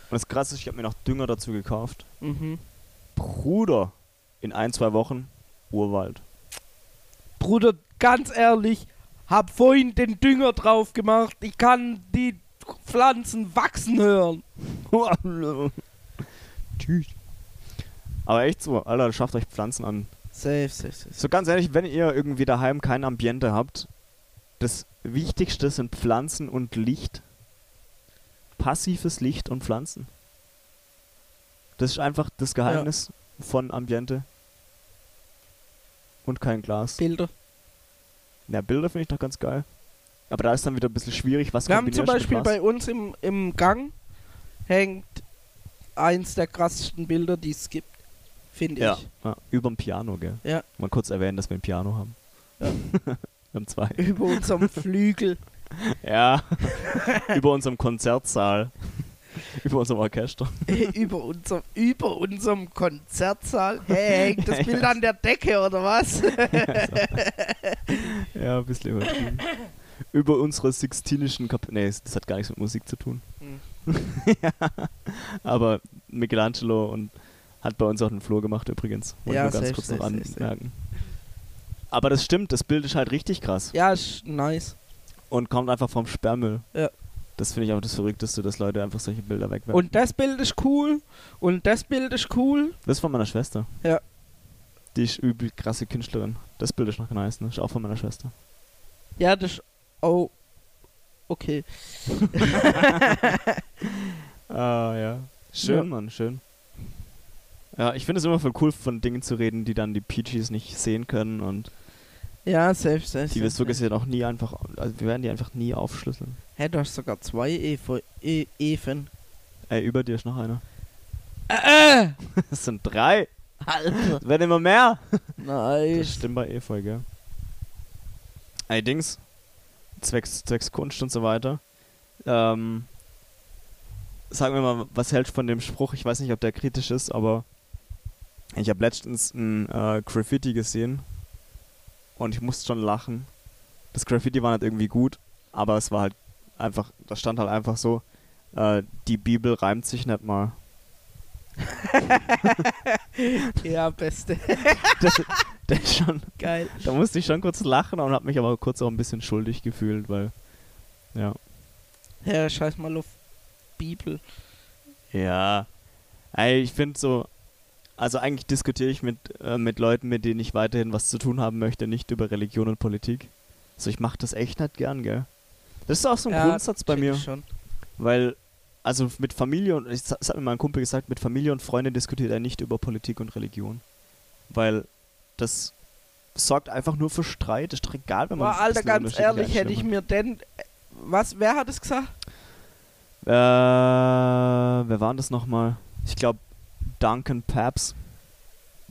[SPEAKER 2] Und das Krasse ist, ich habe mir noch Dünger dazu gekauft.
[SPEAKER 1] Mhm.
[SPEAKER 2] Bruder, in ein, zwei Wochen Urwald.
[SPEAKER 1] Bruder, ganz ehrlich, hab vorhin den Dünger drauf gemacht. Ich kann die Pflanzen wachsen hören.
[SPEAKER 2] Tschüss. Aber echt so, Alter, schafft euch Pflanzen an.
[SPEAKER 1] Safe, safe, safe.
[SPEAKER 2] So ganz ehrlich, wenn ihr irgendwie daheim kein Ambiente habt, das Wichtigste sind Pflanzen und Licht. Passives Licht und Pflanzen. Das ist einfach das Geheimnis von Ambiente. Und kein Glas.
[SPEAKER 1] Bilder.
[SPEAKER 2] Na, Bilder finde ich doch ganz geil. Aber da ist dann wieder ein bisschen schwierig, was
[SPEAKER 1] Wir haben zum
[SPEAKER 2] kombinierst du mit
[SPEAKER 1] Beispiel bei
[SPEAKER 2] was?
[SPEAKER 1] uns im, im Gang hängt eins der krassesten Bilder, die es gibt. Finde
[SPEAKER 2] Ja,
[SPEAKER 1] ich.
[SPEAKER 2] ja überm Piano, gell?
[SPEAKER 1] Ja.
[SPEAKER 2] Mal kurz erwähnen, dass wir ein Piano haben.
[SPEAKER 1] Ja.
[SPEAKER 2] wir haben zwei.
[SPEAKER 1] Über unserem Flügel.
[SPEAKER 2] Ja. Über unserem Konzertsaal. Über unserem Orchester.
[SPEAKER 1] über, unser, über unserem Konzertsaal. Hey, hängt das Bild an der Decke oder was?
[SPEAKER 2] Ja, ein bisschen übertrieben. Über unsere sixtinischen Kap Nee, das hat gar nichts mit Musik zu tun.
[SPEAKER 1] Hm.
[SPEAKER 2] ja. Aber Michelangelo und hat bei uns auch den Floh gemacht übrigens. Wollte
[SPEAKER 1] Ja,
[SPEAKER 2] nur ganz
[SPEAKER 1] safe,
[SPEAKER 2] kurz
[SPEAKER 1] safe,
[SPEAKER 2] noch
[SPEAKER 1] safe, safe.
[SPEAKER 2] anmerken. Aber das stimmt, das Bild ist halt richtig krass.
[SPEAKER 1] ja, ist nice.
[SPEAKER 2] Und kommt einfach vom Sperrmüll.
[SPEAKER 1] Ja.
[SPEAKER 2] Das finde ich einfach das Verrückteste, dass Leute einfach solche Bilder wegwerfen.
[SPEAKER 1] Und das Bild ist cool. Und das Bild ist cool.
[SPEAKER 2] Das ist von meiner Schwester.
[SPEAKER 1] Ja.
[SPEAKER 2] Die ist übel krasse Künstlerin. Das Bild ist noch nice, ne? Ist auch von meiner Schwester.
[SPEAKER 1] Ja, das ist. Oh. Okay.
[SPEAKER 2] Ah, ja. Schön,
[SPEAKER 1] Ja.
[SPEAKER 2] Mann, schön. Ja, ich finde es immer voll cool, von Dingen zu reden, die dann die Peaches nicht sehen können und
[SPEAKER 1] Ja, safe, safe.
[SPEAKER 2] die
[SPEAKER 1] safe,
[SPEAKER 2] wir so
[SPEAKER 1] safe.
[SPEAKER 2] gesehen auch nie einfach, also wir werden die einfach nie aufschlüsseln.
[SPEAKER 1] Hä, du hast sogar zwei Efeu e Efen.
[SPEAKER 2] Ey, über dir ist noch einer.
[SPEAKER 1] Äh, äh.
[SPEAKER 2] Das sind drei.
[SPEAKER 1] Alter.
[SPEAKER 2] Es werden immer mehr. Das
[SPEAKER 1] Nice.
[SPEAKER 2] stimmt bei Efeu, gell? Ey, Dings, zwecks, zwecks Kunst und so weiter. Ähm, sag mir mal, was hältst du von dem Spruch? Ich weiß nicht, ob der kritisch ist, aber ich habe letztens ein äh, Graffiti gesehen und ich musste schon lachen. Das Graffiti war nicht irgendwie gut, aber es war halt einfach, da stand halt einfach so, äh, die Bibel reimt sich nicht mal.
[SPEAKER 1] Ja, beste.
[SPEAKER 2] Das, das ist schon,
[SPEAKER 1] Geil.
[SPEAKER 2] Da musste ich schon kurz lachen und habe mich aber kurz auch ein bisschen schuldig gefühlt, weil. Ja.
[SPEAKER 1] Ja, scheiß mal auf Bibel.
[SPEAKER 2] Ja. Ey, ich finde so. Also eigentlich diskutiere ich mit, äh, mit Leuten, mit denen ich weiterhin was zu tun haben möchte, nicht über Religion und Politik. So, ich mache das echt nicht gern, gell? Das ist auch so ein
[SPEAKER 1] Ja,
[SPEAKER 2] Grundsatz bei
[SPEAKER 1] check
[SPEAKER 2] mir,
[SPEAKER 1] ich Schon.
[SPEAKER 2] weil, also mit Familie und, ich- das hat mir mein Kumpel gesagt, mit Familie und Freunden diskutiert er nicht über Politik und Religion. Weil das sorgt einfach nur für Streit, ist doch egal, wenn man
[SPEAKER 1] Boah,
[SPEAKER 2] ein
[SPEAKER 1] Alter,
[SPEAKER 2] bisschen
[SPEAKER 1] ganz
[SPEAKER 2] unterschiedliche
[SPEAKER 1] ehrlich, hätte ich
[SPEAKER 2] Einstellungen
[SPEAKER 1] mir denn. äh, Was? Wer hat es gesagt?
[SPEAKER 2] Äh, wer war denn das nochmal? Ich glaube, Duncan Paps.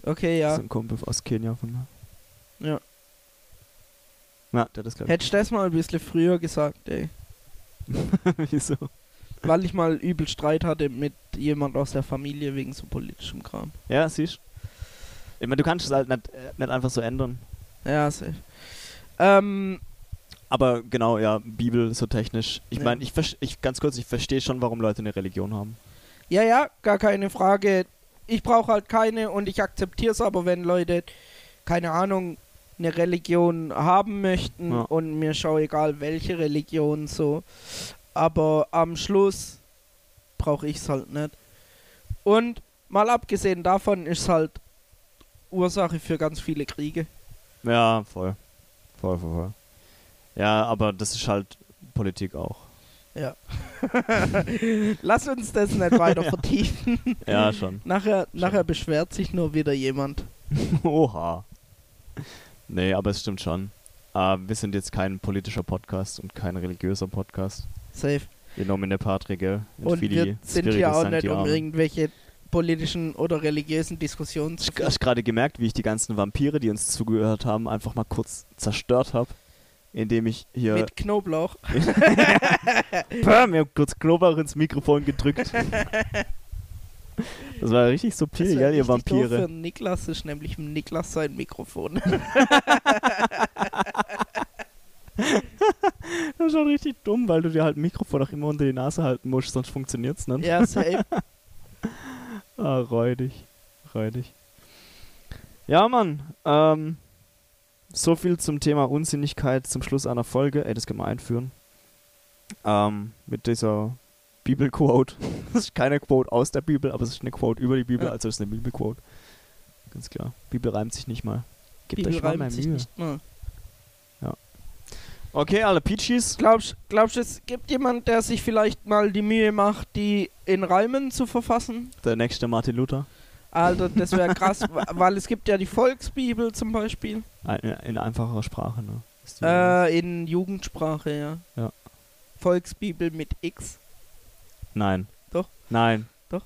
[SPEAKER 1] Okay,
[SPEAKER 2] Das
[SPEAKER 1] ja.
[SPEAKER 2] ist ein Kumpel aus Kenia von mir.
[SPEAKER 1] Ja.
[SPEAKER 2] Na, der hat das, glaube ich.
[SPEAKER 1] Hättest du das mal ein bisschen früher gesagt, ey.
[SPEAKER 2] Wieso?
[SPEAKER 1] Weil ich mal übel Streit hatte mit jemand aus der Familie wegen so politischem Kram.
[SPEAKER 2] Ja, siehst Ich meine, du kannst es halt nicht, äh, nicht einfach so ändern.
[SPEAKER 1] Ja, safe. Ähm,
[SPEAKER 2] Aber genau, ja, Bibel so technisch. Ich
[SPEAKER 1] Ja.
[SPEAKER 2] meine, ich, verste- ich ganz kurz, ich verstehe schon, warum Leute eine Religion haben.
[SPEAKER 1] ja, ja, gar keine Frage. Ich brauche halt keine und ich akzeptiere es aber, wenn Leute, keine Ahnung, eine Religion haben möchten
[SPEAKER 2] Ja.
[SPEAKER 1] und mir schau egal welche Religion so. Aber am Schluss brauche ich es halt nicht. Und mal abgesehen davon ist halt Ursache für ganz viele Kriege.
[SPEAKER 2] Ja, voll. Voll, voll, voll. Ja, aber das ist halt Politik auch.
[SPEAKER 1] Lass uns das nicht weiter vertiefen.
[SPEAKER 2] Ja, schon.
[SPEAKER 1] Nachher, nachher
[SPEAKER 2] Schön.
[SPEAKER 1] beschwert sich nur wieder jemand.
[SPEAKER 2] Oha. Nee, aber es stimmt schon. Äh, wir sind jetzt kein politischer Podcast und kein religiöser Podcast.
[SPEAKER 1] Safe.
[SPEAKER 2] Wir nomine Patrie, gell? In
[SPEAKER 1] Und wir
[SPEAKER 2] fili
[SPEAKER 1] sind
[SPEAKER 2] Spiritus
[SPEAKER 1] hier auch nicht um
[SPEAKER 2] Sancti Amen.
[SPEAKER 1] irgendwelche politischen oder religiösen Diskussionen zu
[SPEAKER 2] Hast gerade gemerkt, wie ich die ganzen Vampire, die uns zugehört haben, einfach mal kurz zerstört habe, indem ich hier
[SPEAKER 1] mit Knoblauch.
[SPEAKER 2] Bam, ich hab kurz Knoblauch ins Mikrofon gedrückt. Das war richtig
[SPEAKER 1] Das
[SPEAKER 2] subtil,
[SPEAKER 1] wär
[SPEAKER 2] gell, ihr
[SPEAKER 1] richtig doof
[SPEAKER 2] Vampire.
[SPEAKER 1] Für Niklas ist nämlich Niklas sein Mikrofon.
[SPEAKER 2] Das ist schon richtig dumm, weil du dir halt ein Mikrofon auch immer unter die Nase halten musst, sonst funktioniert's nicht.
[SPEAKER 1] ja, safe.
[SPEAKER 2] Ah, räudig. Räudig. Ja, Mann. Ähm, so viel zum Thema Unsinnigkeit zum Schluss einer Folge. Ey, das können wir einführen. Ähm, mit dieser Bibelquote. Das ist keine Quote aus der Bibel, aber es ist eine Quote über die Bibel,
[SPEAKER 1] Ja.
[SPEAKER 2] also es ist eine Bibelquote. Ganz klar. Bibel reimt sich nicht mal. Gebt
[SPEAKER 1] Bibel
[SPEAKER 2] euch mal
[SPEAKER 1] reimt
[SPEAKER 2] mehr
[SPEAKER 1] sich
[SPEAKER 2] Mühe.
[SPEAKER 1] nicht mal.
[SPEAKER 2] Okay, alle Peaches.
[SPEAKER 1] Glaubst glaubst du, es gibt jemand, der sich vielleicht mal die Mühe macht, die in Reimen zu verfassen?
[SPEAKER 2] Der nächste Martin Luther.
[SPEAKER 1] Alter, das wäre krass, wa- weil es gibt ja die Volksbibel zum Beispiel.
[SPEAKER 2] Ein, in einfacherer Sprache, ne? Ist die-
[SPEAKER 1] Äh, in Jugendsprache, ja.
[SPEAKER 2] Ja.
[SPEAKER 1] Volksbibel mit X.
[SPEAKER 2] Nein.
[SPEAKER 1] Doch.
[SPEAKER 2] Nein.
[SPEAKER 1] Doch.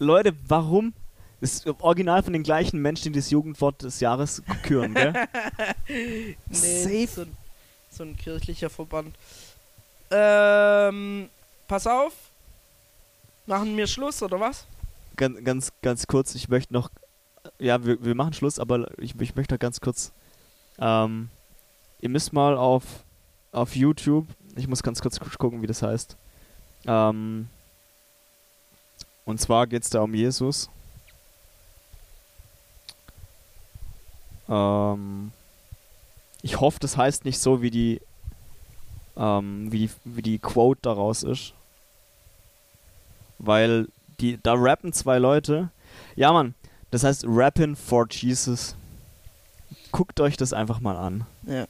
[SPEAKER 2] Leute, warum? Das ist original von den gleichen Menschen, die das Jugendwort des Jahres küren, gell?
[SPEAKER 1] Nee,
[SPEAKER 2] Safe.
[SPEAKER 1] so ein, so ein kirchlicher Verband. Ähm, pass auf. Machen wir Schluss, oder was?
[SPEAKER 2] ganz, ganz, ganz kurz, ich möchte noch. Ja, wir, wir machen Schluss, aber ich, ich möchte noch ganz kurz. Ähm, ihr müsst mal auf, auf YouTube. Ich muss ganz kurz gu- gucken, wie das heißt. Ähm, und zwar geht es da um Jesus. Ähm, ich hoffe, das heißt nicht so, wie die, ähm, wie die, wie die Quote daraus ist. Weil die, da rappen zwei Leute. Ja, Mann, das heißt Rappin' for Jesus. Guckt euch das einfach mal an.
[SPEAKER 1] Ja.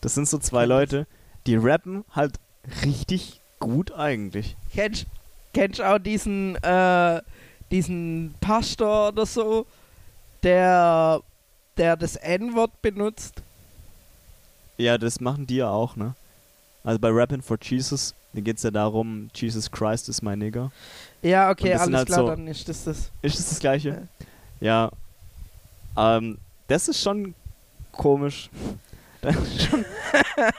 [SPEAKER 2] Das sind so zwei
[SPEAKER 1] Kenn ich.
[SPEAKER 2] Leute, die rappen halt richtig gut eigentlich.
[SPEAKER 1] Kennst, kennst auch diesen, äh, diesen Pastor oder so, der, der das N-Wort benutzt?
[SPEAKER 2] Ja, das machen die ja auch, ne? Also bei Rappin' for Jesus, da geht's ja darum, Jesus Christ is my nigger.
[SPEAKER 1] Ja, okay,
[SPEAKER 2] Und das sind
[SPEAKER 1] alles
[SPEAKER 2] halt
[SPEAKER 1] klar,
[SPEAKER 2] so-
[SPEAKER 1] dann ist das das.
[SPEAKER 2] Ist das das gleiche? Ja. Ähm, das ist schon komisch. Das ist schon,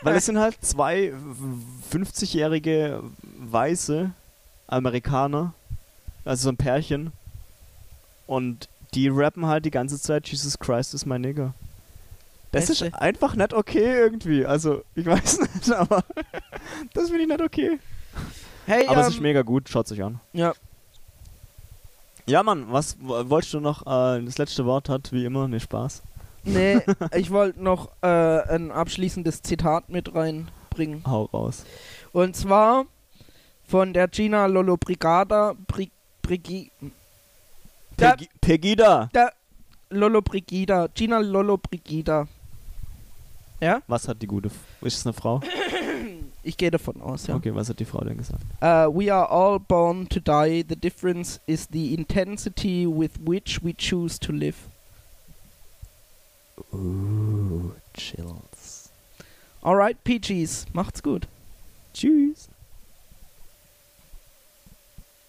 [SPEAKER 2] weil es sind halt zwei 50-jährige weiße Amerikaner, also so ein Pärchen. Und die rappen halt die ganze Zeit Jesus Christ is my nigger. Das ist
[SPEAKER 1] Weißt
[SPEAKER 2] einfach nicht okay irgendwie. Also, ich weiß nicht, aber das finde ich nicht okay.
[SPEAKER 1] Hey,
[SPEAKER 2] Aber
[SPEAKER 1] ähm,
[SPEAKER 2] es ist mega gut, schaut euch an.
[SPEAKER 1] ja.
[SPEAKER 2] Ja, Mann, was w- wolltest du noch? Äh, das letzte Wort hat wie immer, ne Spaß.
[SPEAKER 1] Nee, ich wollte noch äh, ein abschließendes Zitat mit reinbringen.
[SPEAKER 2] Hau raus.
[SPEAKER 1] Und zwar von der Gina Lollobrigada Bri Brigi, Da-
[SPEAKER 2] Pegi Pegida!
[SPEAKER 1] da, Lollobrigida, Gina Lollobrigida. Ja,
[SPEAKER 2] Was hat die gute? F ist es eine Frau?
[SPEAKER 1] ich gehe davon aus, ja.
[SPEAKER 2] Okay, was hat die Frau denn gesagt?
[SPEAKER 1] Uh, we are all born to die. The difference is the intensity with which we choose to live.
[SPEAKER 2] Ooh, chills.
[SPEAKER 1] Alright, PGs, macht's gut.
[SPEAKER 2] Tschüss.